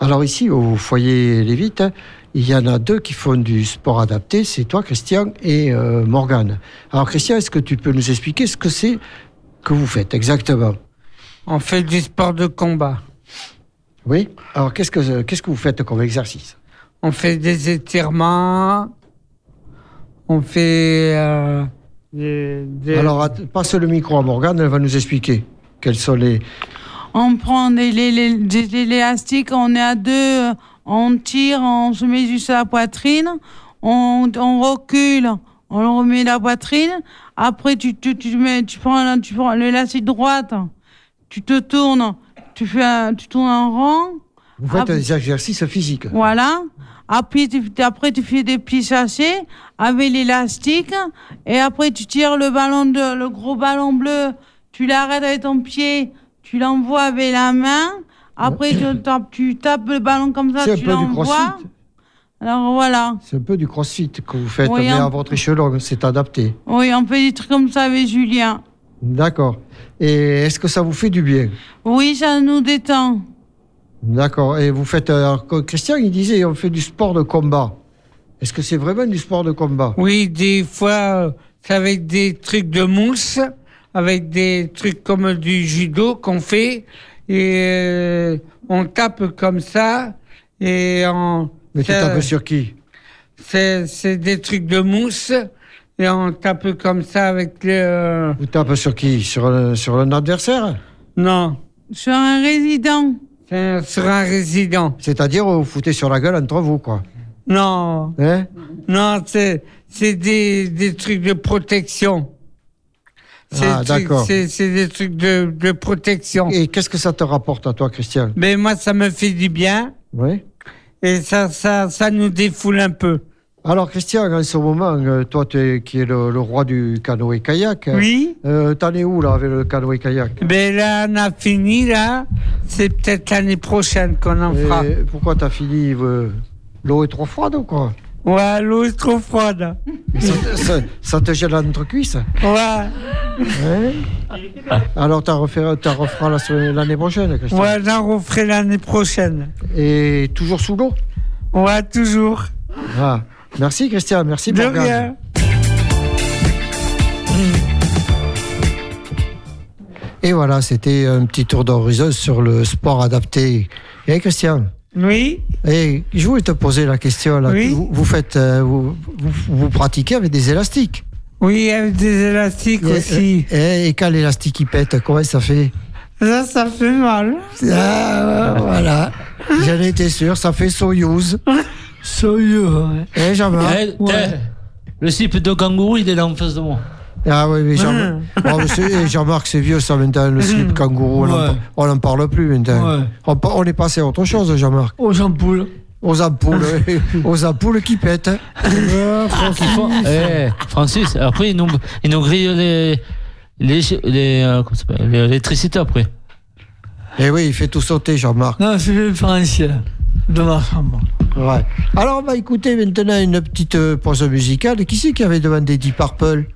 Alors ici, au foyer Lévite, hein, il y en a deux qui font du sport adapté, c'est toi Christian et euh, Morgane. Alors Christian, est-ce que tu peux nous expliquer ce que c'est que vous faites exactement
On fait du sport de combat.
Oui Alors qu'est-ce que, Euh, qu'est-ce que vous faites comme exercice
On fait des étirements. On fait. euh, des- des-
Alors att- passe le micro à Morgane, elle va nous expliquer quels sont les...
On prend des, les- les- des- des élastiques, on est à deux, euh, on tire, on se met juste à la poitrine, on, on recule, on le remet la poitrine. Après, tu, tu, tu, mets, tu prends, la- tu prends l'élastique droite, tu te tournes, tu, fais un- tu tournes en rond.
Vous faites
Ah,
des exercices physiques.
Voilà. Après tu, après, tu fais des petits sachets avec l'élastique. Et après, tu tires le ballon, de, le gros ballon bleu. Tu l'arrêtes avec ton pied. Tu l'envoies avec la main. Après, tu, tapes, tu tapes le ballon comme ça.
C'est un
Tu
peu du
l'envoies.
crossfit.
Alors voilà.
C'est un peu du crossfit que vous faites,
Oui,
mais
un
à votre échelon, c'est adapté.
Oui, on fait des trucs comme ça avec Julien.
D'accord. Et est-ce que ça vous fait du bien
Oui, ça nous détend.
D'accord. Et vous faites. euh, alors, co- Christian, il disait, on fait du sport de combat. Est-ce que c'est vraiment du sport de combat
Oui, des fois, euh, c'est avec des trucs de mousse, avec des trucs comme du judo qu'on fait. Et euh, on tape comme ça. Et on.
Mais tu
ça-
tapes sur qui
C'est c'est des trucs de mousse. Et on tape comme ça avec le.
Vous tapez sur qui sur, un- sur un adversaire
Non.
Sur un résident.
Sur un résident.
C'est-à-dire, vous foutez sur la gueule entre vous, quoi.
Non.
Hein
Non, c'est c'est des, des trucs de protection. C'est
Ah,
des trucs-
d'accord.
C'est c'est des trucs de, de protection.
Et qu'est-ce que ça te rapporte à toi, Christian
Mais moi, ça me fait du bien
Oui.
et ça, ça, ça nous défoule un peu.
Alors, Christian, en ce moment, euh, toi t'es- qui es le, le roi du canoë-kayak.
Oui.
euh, T'en es où, là, avec le canoë-kayak
Mais là, on a fini, là. C'est peut-être l'année prochaine qu'on en
Et
fera.
pourquoi t'as fini euh, L'eau est trop froide ou quoi
Ouais, l'eau est trop froide.
ça, te- ça- ça te gèle l'entrecuisse
Ouais.
Hein Alors t'en refais- t'en referas la semaine- l'année prochaine, Christian
Ouais, j'en referai l'année prochaine.
Et toujours sous l'eau
Ouais, toujours.
Ah. Merci, Christian, merci,
De
Morgane.
rien.
Et voilà, c'était un petit tour d'horizon sur le sport adapté. Et Christian
Oui
Et je voulais te poser la question. Là.
Oui.
Vous, vous faites, euh, vous, vous- vous pratiquez avec des élastiques
Oui, avec des élastiques
Et-
aussi.
Et, et quand l'élastique il pète, comment ça fait
Ça, ça fait mal.
Ah, ouais, voilà. J'en étais sûr, ça fait Soyouz.
Soyouz, ouais.
Eh, Jamal
Eh, t'es- Le slip de kangourou, il est là en face de moi.
Ah oui, mais Jean-
Mm.
Oh, mais c'est- eh, Jean-Marc, c'est vieux ça maintenant, le slip kangourou, on en par- on n'en parle plus maintenant.
Mm. Ouais.
On, pa- on est passé à autre chose, Jean-Marc.
aux ampoules.
Aux ampoules, *laughs* eh, aux ampoules qui pètent.
Ils Ah, font- Eh, Francis, après, ils nous, ils nous grillent les. les, les euh, comment ça s'appelle L'électricité après.
Eh oui, il fait tout sauter, Jean-Marc.
Non, c'est le différentiel de ma chambre.
Ouais. Alors, on va écouter maintenant une petite euh, pause musicale. Qui c'est qui avait demandé Deep Purple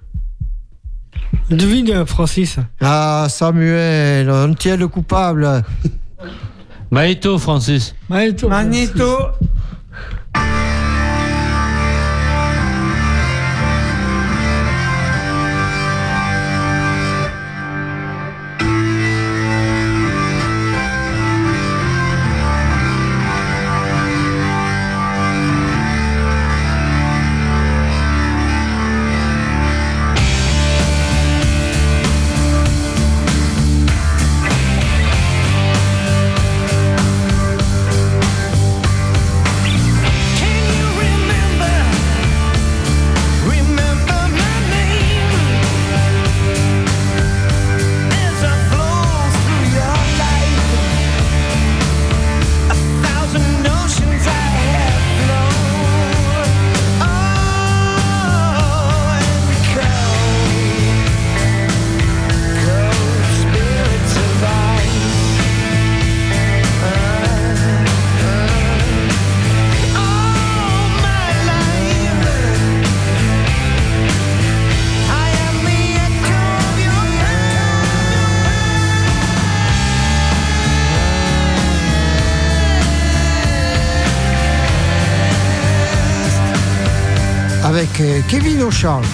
Devine, Francis.
Ah, Samuel, on tient le coupable.
Maïto, Francis.
Magneto.
Magneto.
Thank
avec euh, Kevin O'Charles.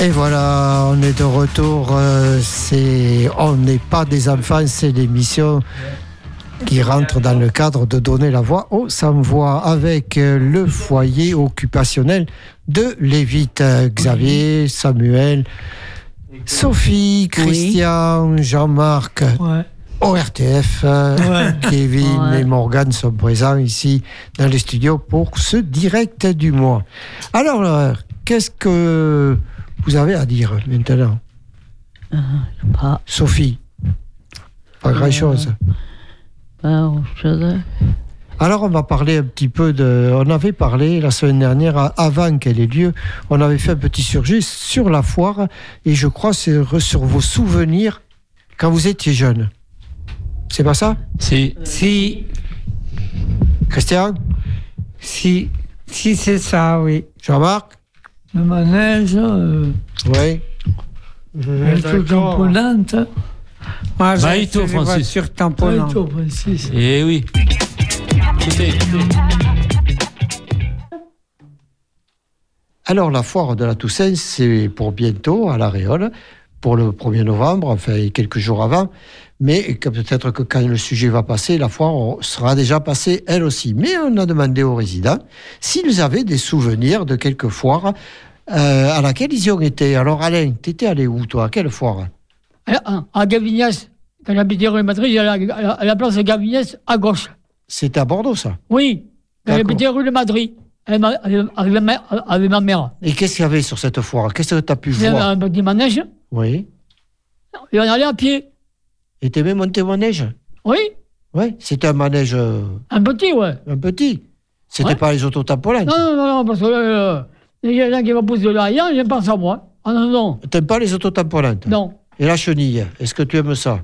Et voilà, on est de retour. euh, c'est, on n'est pas des enfants, c'est l'émission qui rentre dans le cadre de donner la voix aux sans-voix avec euh, le foyer occupationnel de Lévite. Euh, Xavier, Samuel, Sophie, Christian, Jean-Marc. ORTF, euh, Kevin et Morgan sont présents ici dans les studios pour ce direct du mois. Alors, euh, qu'est-ce que vous avez à dire maintenant Sophie,
Euh,
pas grand-chose.
ben,
Alors, on va parler un petit peu de. On avait parlé la semaine dernière, a- avant qu'elle ait lieu, on avait fait un petit surgis sur la foire et je crois c'est re- sur vos souvenirs quand vous étiez jeune. C'est pas ça
Si.
Si.
Christian
Si. Si, c'est ça, oui.
Jean-Marc
Le manège. euh,
Oui.
Elle est toute
hein?
tamponnante.
Ah,
Moi, j'ai
Maïto,
fait des
Francis.
voitures tamponantes.
Maïto, Francis.
Eh oui. Écoutez, écoutez.
Alors, la foire de la Toussaint, c'est pour bientôt à La Réole, pour le 1er novembre, enfin et quelques jours avant. Mais que- peut-être que quand le sujet va passer, la foire sera déjà passée elle aussi. Mais on a demandé aux résidents s'ils avaient des souvenirs de quelques foires euh, à laquelle ils y ont été. Alors, Alain, t'étais allé où, toi À quelle foire
À, Ah, à Gavignas, quand j'habitais rue Matrice, j'allais à, à la- à la place de Gavignas, à gauche.
C'était à Bordeaux, ça
Oui, quand j'habitais rue de Madrid, avec ma, avec, avec ma, avec ma mère.
Et qu'est-ce qu'il y avait sur cette foire Qu'est-ce que tu as pu
Il y avait
voir
un petit manège,
Oui.
et on allait à pied.
Et t'es même monté au manège
Oui,
Oui, c'était un manège, euh,
un petit, ouais.
un petit. C'était
Ouais.
pas les autotampolantes.
Non, non, non, non, parce que euh, il y en a qui me poussent de l'arrière, je pense à moi. Ah non, non,
T'aimes pas les autotampolantes
non.
Et la chenille, est-ce que tu aimes ça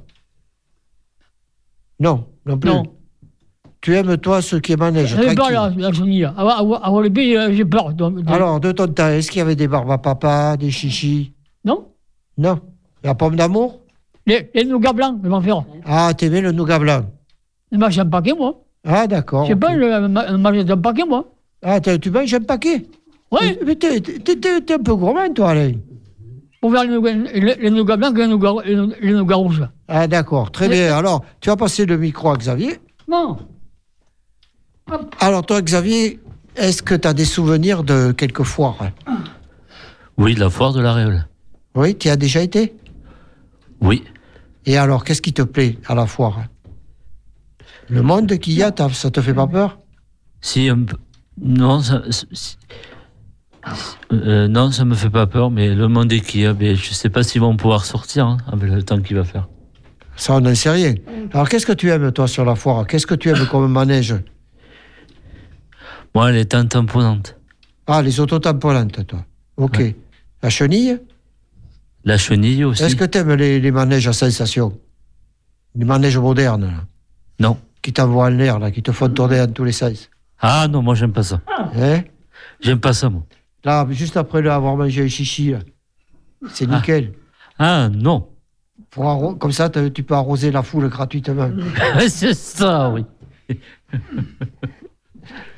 Non, non plus.
Non. Eh ben
Tu aimes, toi, ce qui est manège
J'avais peur, Ah
tranquille.
la, la chenille. À, à, à Walibi, euh, j'ai peur. donc- donc-
Alors, de ton temps, est-ce qu'il y avait des barbes à papa, des chichis
Non.
Non. La pomme d'amour
Les, les nougats blancs, je m'en faire.
Ah, t'aimais le nougat blanc.
Je mange un paquet, moi.
Ah, d'accord.
Je sais pas, le ma- le manger un paquet, moi.
Ah, t'as- tu manges un paquet
Oui.
Mais t'es t'es- t'es- t'es un peu gourmand, toi, Alain.
Pour faire les nougats- les les nougats blancs et les nougats- les nou- les nougats rouges.
Ah, d'accord. Très
Mais-
bien. Alors, tu vas passer le micro à Xavier.
Non.
Alors, toi, Xavier, est-ce que tu as des souvenirs de quelques foires
Oui, de la foire de la Réole.
Oui, tu y as déjà été
Oui.
Et alors, qu'est-ce qui te plaît à la foire Le monde qu'il y a, t'as- ça te fait pas peur
Si, un peu- non, ça, si- euh, non, ça me fait pas peur, mais le monde est qui, hein, mais je sais pas s'ils vont pouvoir sortir hein, avec le temps qu'il va faire.
Ça, on n'en sait rien. Alors, qu'est-ce que tu aimes, toi, sur la foire Qu'est-ce que tu aimes comme manège
Moi, elle est en tamponante.
Ah, les autotampolantes, toi. Ok. La chenille
La chenille aussi.
Est-ce que tu aimes les, les manèges à sensation Les manèges modernes là.
Non.
Qui t'envoient en l'air, là, qui te font tourner dans tous les sens.
Ah non, moi j'aime pas ça.
Hein
J'aime pas ça, moi.
Là, juste après là, avoir mangé un chichi, là. c'est nickel.
Ah non.
Pour arro- comme ça, t'as- tu peux arroser la
*laughs*
foule gratuitement.
C'est ça, oui.
*laughs*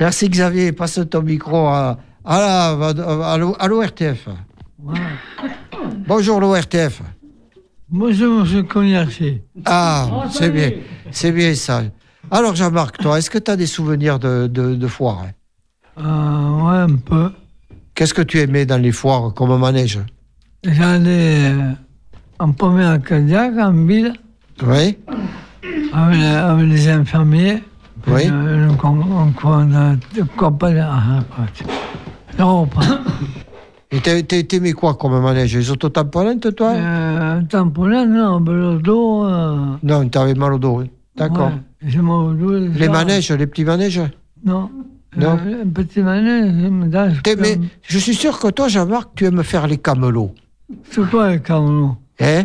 Merci Xavier, passe ton micro à, à, la- à l'O- à l'ORTF. Bonjour l'ORTF.
Bonjour, monsieur Cognacé.
Ah, c'est bien, c'est bien ça. Alors Jean-Marc, toi, est-ce que tu as des souvenirs de, de, de foires hein
Euh, ouais, un peu.
Qu'est-ce que tu aimais dans les foires comme manège
J'allais euh, en première cardiaque en ville
Oui,
avec, les- avec les infirmiers.
Oui.
Euh, on- on- on- on- compagnie. Ah, après. Là, on reprend.
Et t'a- t'a- t'aimais quoi comme manège Les autotamponantes, toi
Euh, tamponnant, non, mais le dos. euh,
Non, t'avais mal au dos, hein. d'accord.
ouais, j'ai mal au dos,
Les
ça.
manèges, les petits manèges
Non.
Non.
Euh, un petit manège, je me danse.
T'aimais- Eh, Je suis sûr que toi, Jean-Marc, tu aimes faire les camelots.
C'est quoi le camelot
Hein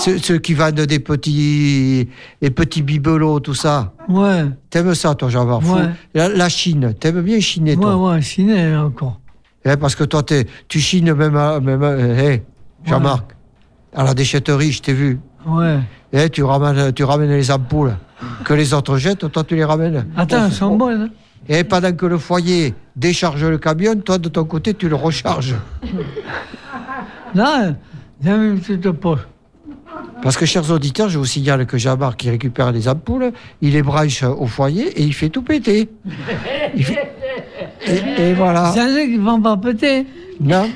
ceux, ceux qui vendent des petits, des petits bibelots, tout ça.
Ouais,
T'aimes ça, toi, Jean-Marc Faut-
Ouais.
la, la Chine, t'aimes bien chiner,
ouais,
toi
ouais, ciné encore.
Hein, Parce que toi, t'es- tu chines même à... Même à- eh, Jean-Marc, à la déchetterie, je t'ai vu.
Ouais.
Hein, tu, ramènes, tu ramènes les ampoules que les autres jettent, toi, tu les ramènes.
Attends, elles sont bonnes. hein.
Et pendant que le foyer décharge le camion, toi, de ton côté, tu le recharges.
Là, j'avais une petite poche.
Parce que, chers auditeurs, je vous signale que Jamar, qui récupère les ampoules, il les branche au foyer et il fait tout péter. Il fait- Et, et voilà.
J'en ai qui ne vont pas péter.
Non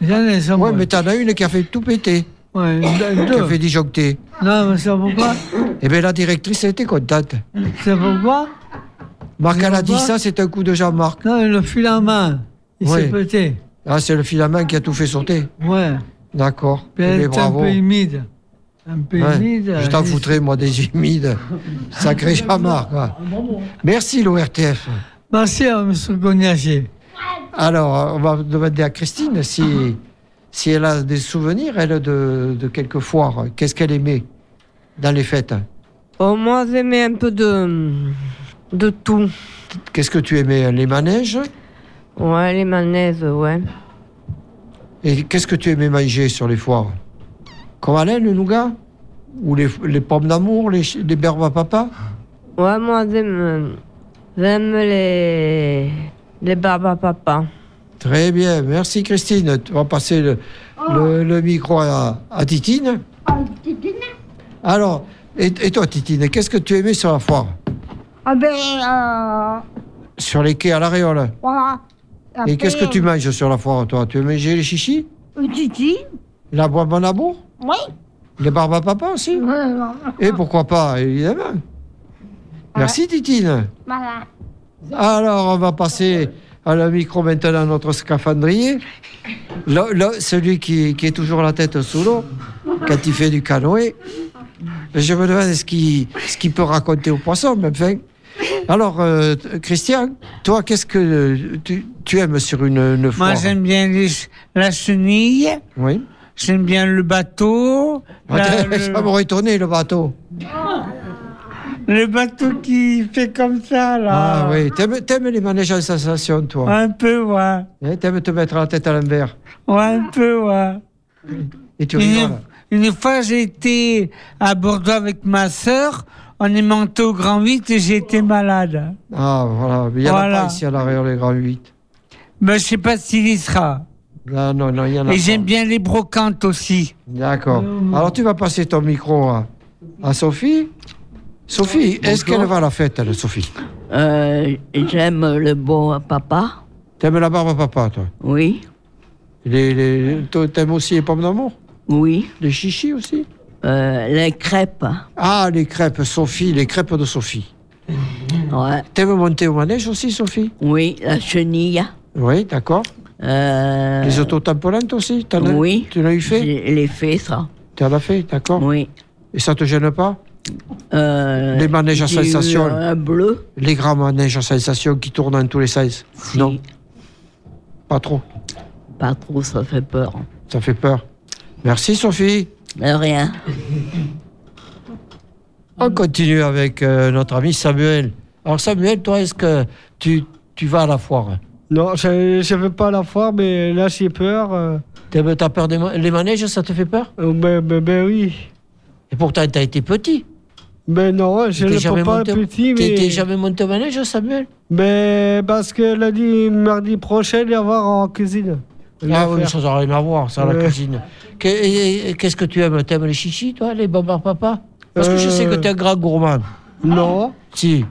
J'en ai, elles sont
Ouais,
bonnes.
mais t'en as une qui a fait tout péter,
Ouais, une-
qui a fait
deux.
disjoncter.
Non, mais ça ne pas. Eh
Eh bien, la directrice, elle était contente.
C'est pourquoi
Marc, elle a dit
pourquoi
ça, c'est un coup de Jean-Marc.
Non, le fil à main, il
Ouais.
s'est pété.
Ah, c'est le filament qui a tout fait sauter.
Ouais.
D'accord.
Puis
Eh
ben, elle
bien,
était un
bravo.
peu humide. Un peu
Ouais.
humide.
Je t'en
et-
foutrais, moi,
*laughs*
des humides. Sacré Jean-Marc. ouais. Merci, l'ORTF.
Merci à M. Cognacier.
Alors, on va demander à Christine si, si elle a des souvenirs, elle, de, de quelques foires. Qu'est-ce qu'elle aimait dans les fêtes
Oh, moi, j'aimais un peu de, de tout.
Qu'est-ce que tu aimais Les manèges
Ouais, les manèges, ouais.
Et qu'est-ce que tu aimais manger sur les foires Comme Alain, le nougat Ou les, les pommes d'amour, les, ch- les berbes à papa
Ouais, moi, j'aime euh, j'aime les, les barbes à papa.
Très bien, merci Christine. Tu vas passer le, le- le micro à, Oh. à Titine. Alors, et, et toi Titine, qu'est-ce que tu aimais sur la foire
Ah ben, euh,
Sur les quais à la Réole
voilà.
Et qu'est-ce que tu manges sur la foire toi Tu aimes les chichis
euh, Titi,
La boîte à bourre
oui.
Les barbes à papa aussi
Voilà.
Et pourquoi pas, évidemment. Merci Titine.
Voilà.
Alors, on va passer à la micro maintenant, notre scaphandrier. Le- le- celui qui, qui est toujours la tête sous l'eau, quand il fait du canoë. Je me demande ce qu'il ce qu'il peut raconter aux poissons, mais enfin. Alors, euh, t- Christian, toi, qu'est-ce que tu, tu aimes sur une, une
Moi,
foire
j'aime bien les ch- la chenille.
Oui.
J'aime bien le bateau.
*laughs* Ah, ça m'aurait étonné, le bateau.
Le bateau qui fait comme ça, là.
Ah oui, t'aimes t'aimes les manèges à sensation, toi.
Un peu, ouais.
Eh, T'aimes te mettre la tête à l'envers.
Ouais, un peu, ouais.
Et tu
une,
rigoles.
une fois, j'ai été à Bordeaux avec ma sœur. On est monté au Grand 8 et j'ai été malade.
Ah, voilà. Mais Il y en a
Voilà.
pas ici à l'arrière, les grands 8.
Mais Ben, je sais pas s'il y sera.
Ah Non, non, non, il y en a
Et
pas.
j'aime bien les brocantes aussi.
D'accord. Alors, tu vas passer ton micro hein. à, à Ah, Sophie. Sophie, est-ce
Bonjour.
qu'elle va à la fête, elle, Sophie
Euh, J'aime le beau papa.
T'aimes la barbe à papa, toi
Oui.
Les, les, toi, T'aimes aussi les pommes d'amour
Oui. Euh,
Les chichis aussi
Les crêpes.
Ah, les crêpes, Sophie, les crêpes de Sophie.
Ouais.
T'aimes monter au manège aussi, Sophie
Oui, la chenille.
Oui, d'accord.
Euh,
Les autotampolantes aussi t'en as-
Oui.
Tu l'as eu fait
Je l'ai fait, ça.
Tu en as fait, d'accord
Oui.
Et ça te gêne pas
Euh,
Les manèges à
j'ai eu
sensation.
Un bleu.
Les grands manèges à sensation qui tournent dans tous les sens Non. Pas trop.
Pas trop, ça fait peur.
Ça fait peur. Merci Sophie.
De rien.
On continue avec euh, notre ami Samuel. Alors Samuel, toi, est-ce que tu, tu vas à la foire
Non, je je vais pas à la foire, mais là j'ai peur. euh.
T'as peur des ma- les manèges, ça te fait peur
ben, ben, ben oui.
Et pourtant, t'as été petit.
Ben non, je
T'es
ne
jamais
peux pas
monté-
petit,
t'es-
mais...
t'es jamais monté au manège, Samuel
Ben, parce que lundi, mardi prochain, il y avoir en cuisine.
Ah oui, mais ça n'a rien à voir, ça, la
Ouais.
cuisine. Que- et- et- Qu'est-ce que tu aimes T'aimes les chichis, toi, les bombes à papa Parce que je sais que
Euh,
t'es un grand gourmand.
Non.
Si.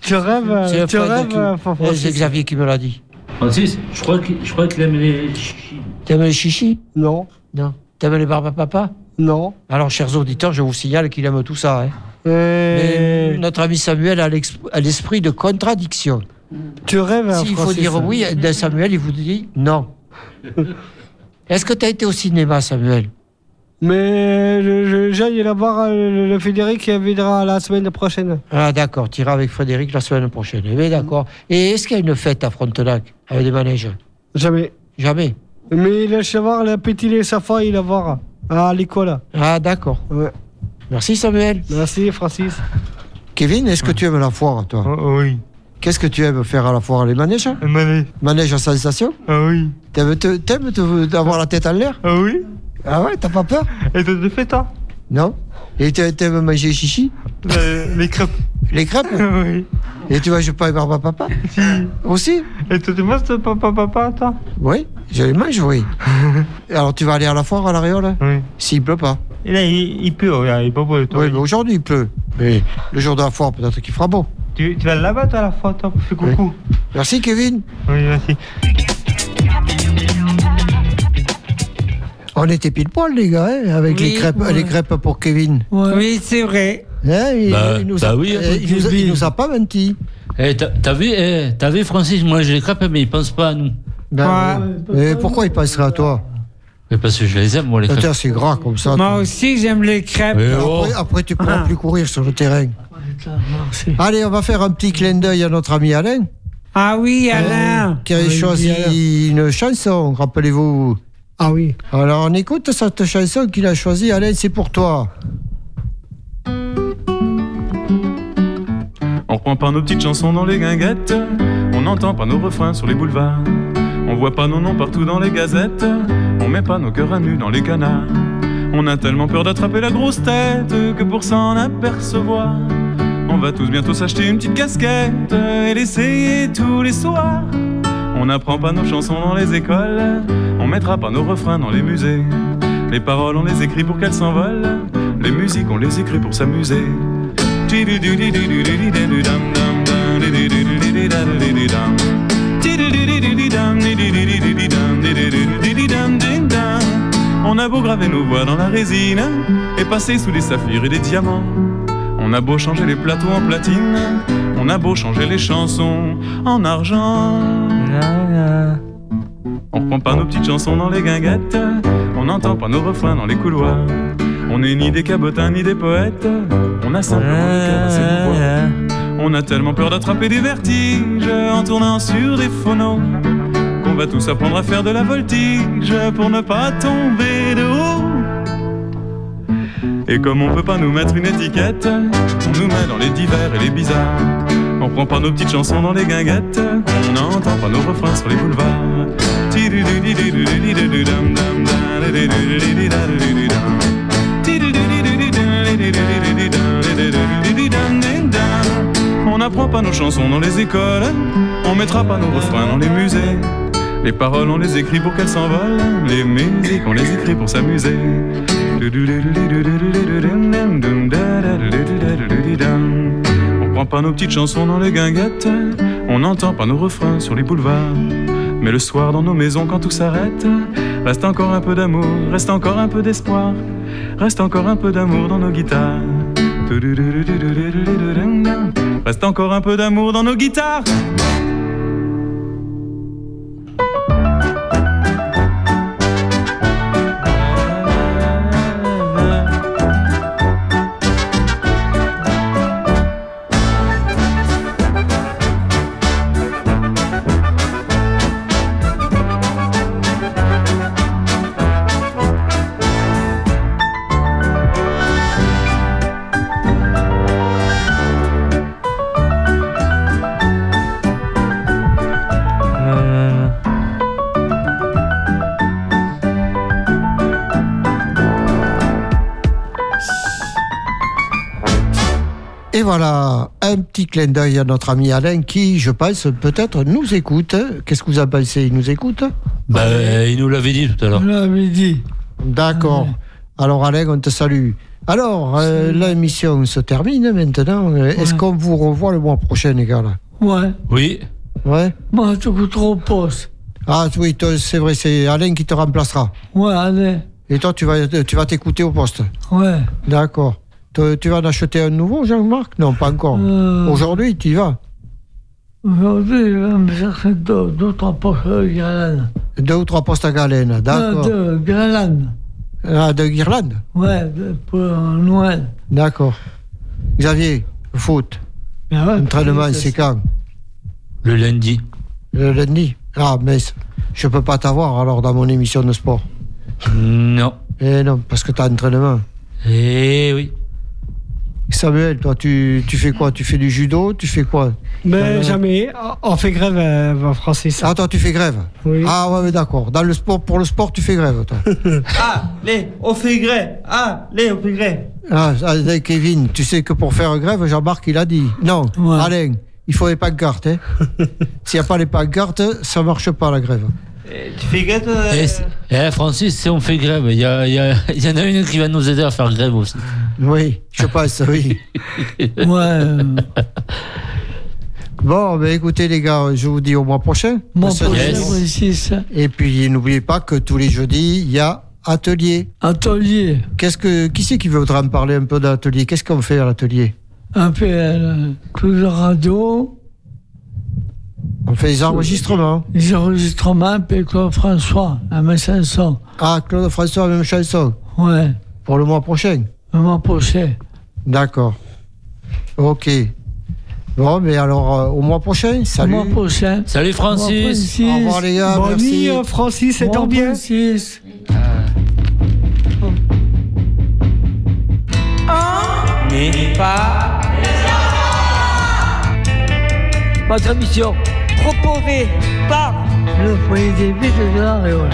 Tu rêves,
C'est un
euh, tu
frère de
rêves,
cul.
euh, Fran-
Eh, C'est
Francis.
Xavier qui me l'a dit.
Francis, je crois qu'il je crois qu'il aime les chichis.
T'aimes les chichis
Non.
Non. T'aimes les barbes à papa
Non.
Alors, chers auditeurs, je vous signale qu'il aime tout ça. hein.
Euh,
Mais notre ami Samuel a l'exp- a l'esprit de contradiction.
Tu rêves, hein,
S'il faut
Francis.
dire
*laughs*
oui, eh bien, Samuel, il vous dit non. Est-ce que tu as été au cinéma, Samuel
Mais Euh, je- je- j'aille la voir, euh, le, le Frédéric qui viendra la semaine prochaine.
Ah, d'accord, tu iras avec Frédéric la semaine prochaine. Eh bien, d'accord. Et est-ce qu'il y a une fête à Frontenac avec des manèges
Jamais.
Jamais.
Mais il va voir le petit les safins, il va voir à l'école.
Ah, d'accord.
Ouais.
Merci, Samuel. Ah.
Merci, Francis.
Kevin, est-ce que tu aimes la foire, toi Ah, Oui. Qu'est-ce que tu aimes faire à la foire Les manèges Manège. Manège à sensation Ah oui. T'aimes, te- t'aimes te- avoir la tête en l'air Ah oui. Ah ouais, t'as pas peur Et t'as le fait, toi Non. Et t'a- t'aimes manger chichi Euh, Les crêpes. Les crêpes Oui. Et tu manges pas les barbes à papa Si. Aussi Et tu manges papa papa, toi Oui, je les mange, *laughs* oui. Alors tu vas aller à la foire à la réole Oui. S'il pleut pas.
Et là, il, il pleut, regarde, il est pas beau.
Oui, mais aujourd'hui il pleut. Mais le jour de la foire, peut-être qu'il fera beau.
Tu, tu vas là-bas, toi, à la fois, toi, fais coucou.
Merci Kevin.
Oui, merci.
On était pile poil, les gars, hein, avec
Oui,
les, crêpes,
ouais.
les crêpes pour Kevin.
Oui, c'est vrai.
Hein, il,
Bah,
il nous
bah
a,
oui,
eh, il, nous a, il nous a pas menti.
Eh, t'as t'as vu, eh, t'as vu, Francis, moi je les crêpes, mais ils pensent pas à nous.
Ben, mais pourquoi il passerait à toi
Mais parce que je les aime, moi, les crêpes.
Putain, c'est gras comme ça.
Moi
toi.
aussi, j'aime les crêpes. Ah.
Mais oh.
Après, après, tu pourras plus courir sur le terrain. Allez, on va faire un petit clin d'œil à notre ami Alain. Euh,
Ah oui, Alain.
Qui a choisi une chanson, rappelez-vous.
Ah oui.
Alors on écoute cette chanson qu'il a choisie, Alain, c'est pour toi.
On prend pas nos petites chansons dans les guinguettes, on n'entend pas nos refrains sur les boulevards, on voit pas nos noms partout dans les gazettes, on met pas nos cœurs à nu dans les canards. On a tellement peur d'attraper la grosse tête que pour s'en apercevoir, on va tous bientôt s'acheter une petite casquette et l'essayer tous les soirs. On n'apprend pas nos chansons dans les écoles, on mettra pas nos refrains dans les musées. Les paroles, on les écrit pour qu'elles s'envolent, les musiques, on les écrit pour s'amuser. On a beau graver nos voix dans la résine et passer sous des saphirs et des diamants. On a beau changer les plateaux en platine, on a beau changer les chansons en argent. On reprend pas nos petites chansons dans les guinguettes, on n'entend pas nos refrains dans les couloirs. On n'est ni des cabotins ni des poètes, on a simplement le cœur à ses pouvoirs. On a tellement peur d'attraper des vertiges en tournant sur des phonos qu'on va tous apprendre à faire de la voltige pour ne pas tomber de haut. Et comme on peut pas nous mettre une étiquette, on nous met dans les divers et les bizarres. On prend pas nos petites chansons dans les guinguettes, on n'entend pas nos refrains sur les boulevards. On n'apprend pas nos chansons dans les écoles, on mettra pas nos refrains dans les musées. Les paroles, on les écrit pour qu'elles s'envolent, les musiques, on les écrit pour s'amuser. On prend pas nos petites chansons dans les guinguettes, on n'entend pas nos refrains sur les boulevards. Mais le soir dans nos maisons quand tout s'arrête, reste encore un peu d'amour, reste encore un peu d'espoir, reste encore un peu d'amour dans nos guitares. Reste encore un peu d'amour dans nos guitares.
Et voilà, un petit clin d'œil à notre ami Alain qui, je pense, peut-être nous écoute. Qu'est-ce que vous en pensez Il nous écoute
Bah, il nous l'avait dit tout à l'heure.
midi.
Ah
D'accord. Alors Alain, on te salue. Alors, euh, l'émission se termine maintenant. Euh, Est-ce qu'on vous revoit le mois prochain, les gars là
Ouais.
Oui.
Ouais
Moi, je vous trop poste.
Ah oui, toi, c'est vrai, c'est Alain qui te remplacera.
Ouais, allez.
Et toi, tu vas tu vas t'écouter au poste
Ouais.
D'accord. Te- Tu vas en acheter un nouveau, Jean-Marc Non, pas encore. Aujourd'hui, tu y vas
Euh. Aujourd'hui, je vais me chercher deux, deux trois postes Euh, de galène.
Deux ou trois postes à galène, d'accord.
De galène.
Ah, de Guirlande
Ouais, de- pour Noël.
D'accord. Xavier, foot.
Ben
Entraînement,
c'est-
c'est quand
Le lundi.
Le lundi Ah, mais c- je peux pas t'avoir alors dans mon émission de sport.
Non.
Eh non, parce que tu as entraînement.
Eh oui.
Samuel, toi, tu, tu fais quoi Tu fais du judo Tu fais quoi
Mais
Euh,
jamais. On- On fait grève, euh, Francis.
Ah, toi, tu fais grève Ah, ouais, ouais, d'accord. Dans le sport, pour le sport, tu fais grève,
*laughs*
toi.
Allez, on fait grès. Allez, on fait grès.
ah, ah, eh, Kevin, tu sais que pour faire grève, Jean-Marc, il a dit. Non, Alain, il faut les
*laughs*
pancartes. Hein. S'il n'y a pas les pancartes, ça marche pas, la grève.
Tu fais grès, toi euh.
Eh, c'est- eh, Francis, si on fait grève, il y, a- il y a- *laughs* il y en a une qui va nous aider à faire grève aussi.
Oui, je pense,
*laughs*
oui. Bon, ben écoutez les gars, je vous dis au mois prochain.
Mois
On se
prochain,
laisse.
oui, c'est ça.
Et puis n'oubliez pas que tous les jeudis, il y a atelier.
Atelier.
Qu'est-ce que qui c'est qui voudra me parler un peu d'atelier Qu'est-ce qu'on fait à l'atelier
Un peu euh, plus de radio.
On fait
Euh,
des enregistrements.
Les enregistrements, puis Claude François, à mes chansons.
Ah, Claude François, même chanson.
Ouais.
Pour le mois prochain.
Le mois prochain.
D'accord. OK. Bon, mais alors euh, au mois prochain. Salut.
Au mois prochain.
Salut, Francis.
Au revoir, Francis.
Au revoir, les gars,
Bonne
merci.
nuit, euh, Francis, et
Au
dors
revoir,
bien.
Francis.
N'est pas
Votre émission
proposé par
le foyer des vies de la Réole.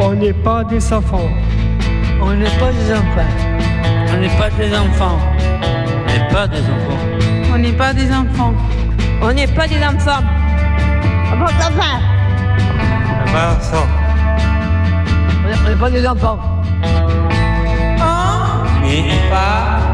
On n'est pas des enfants. On n'est pas des enfants.
On n'est pas des enfants.
On n'est pas des enfants.
On n'est pas des enfants.
On n'est pas des enfants.
Ah
Bon, enfin,
Là-bas, ça.
On n'est- on n'est pas des enfants.
N'est pas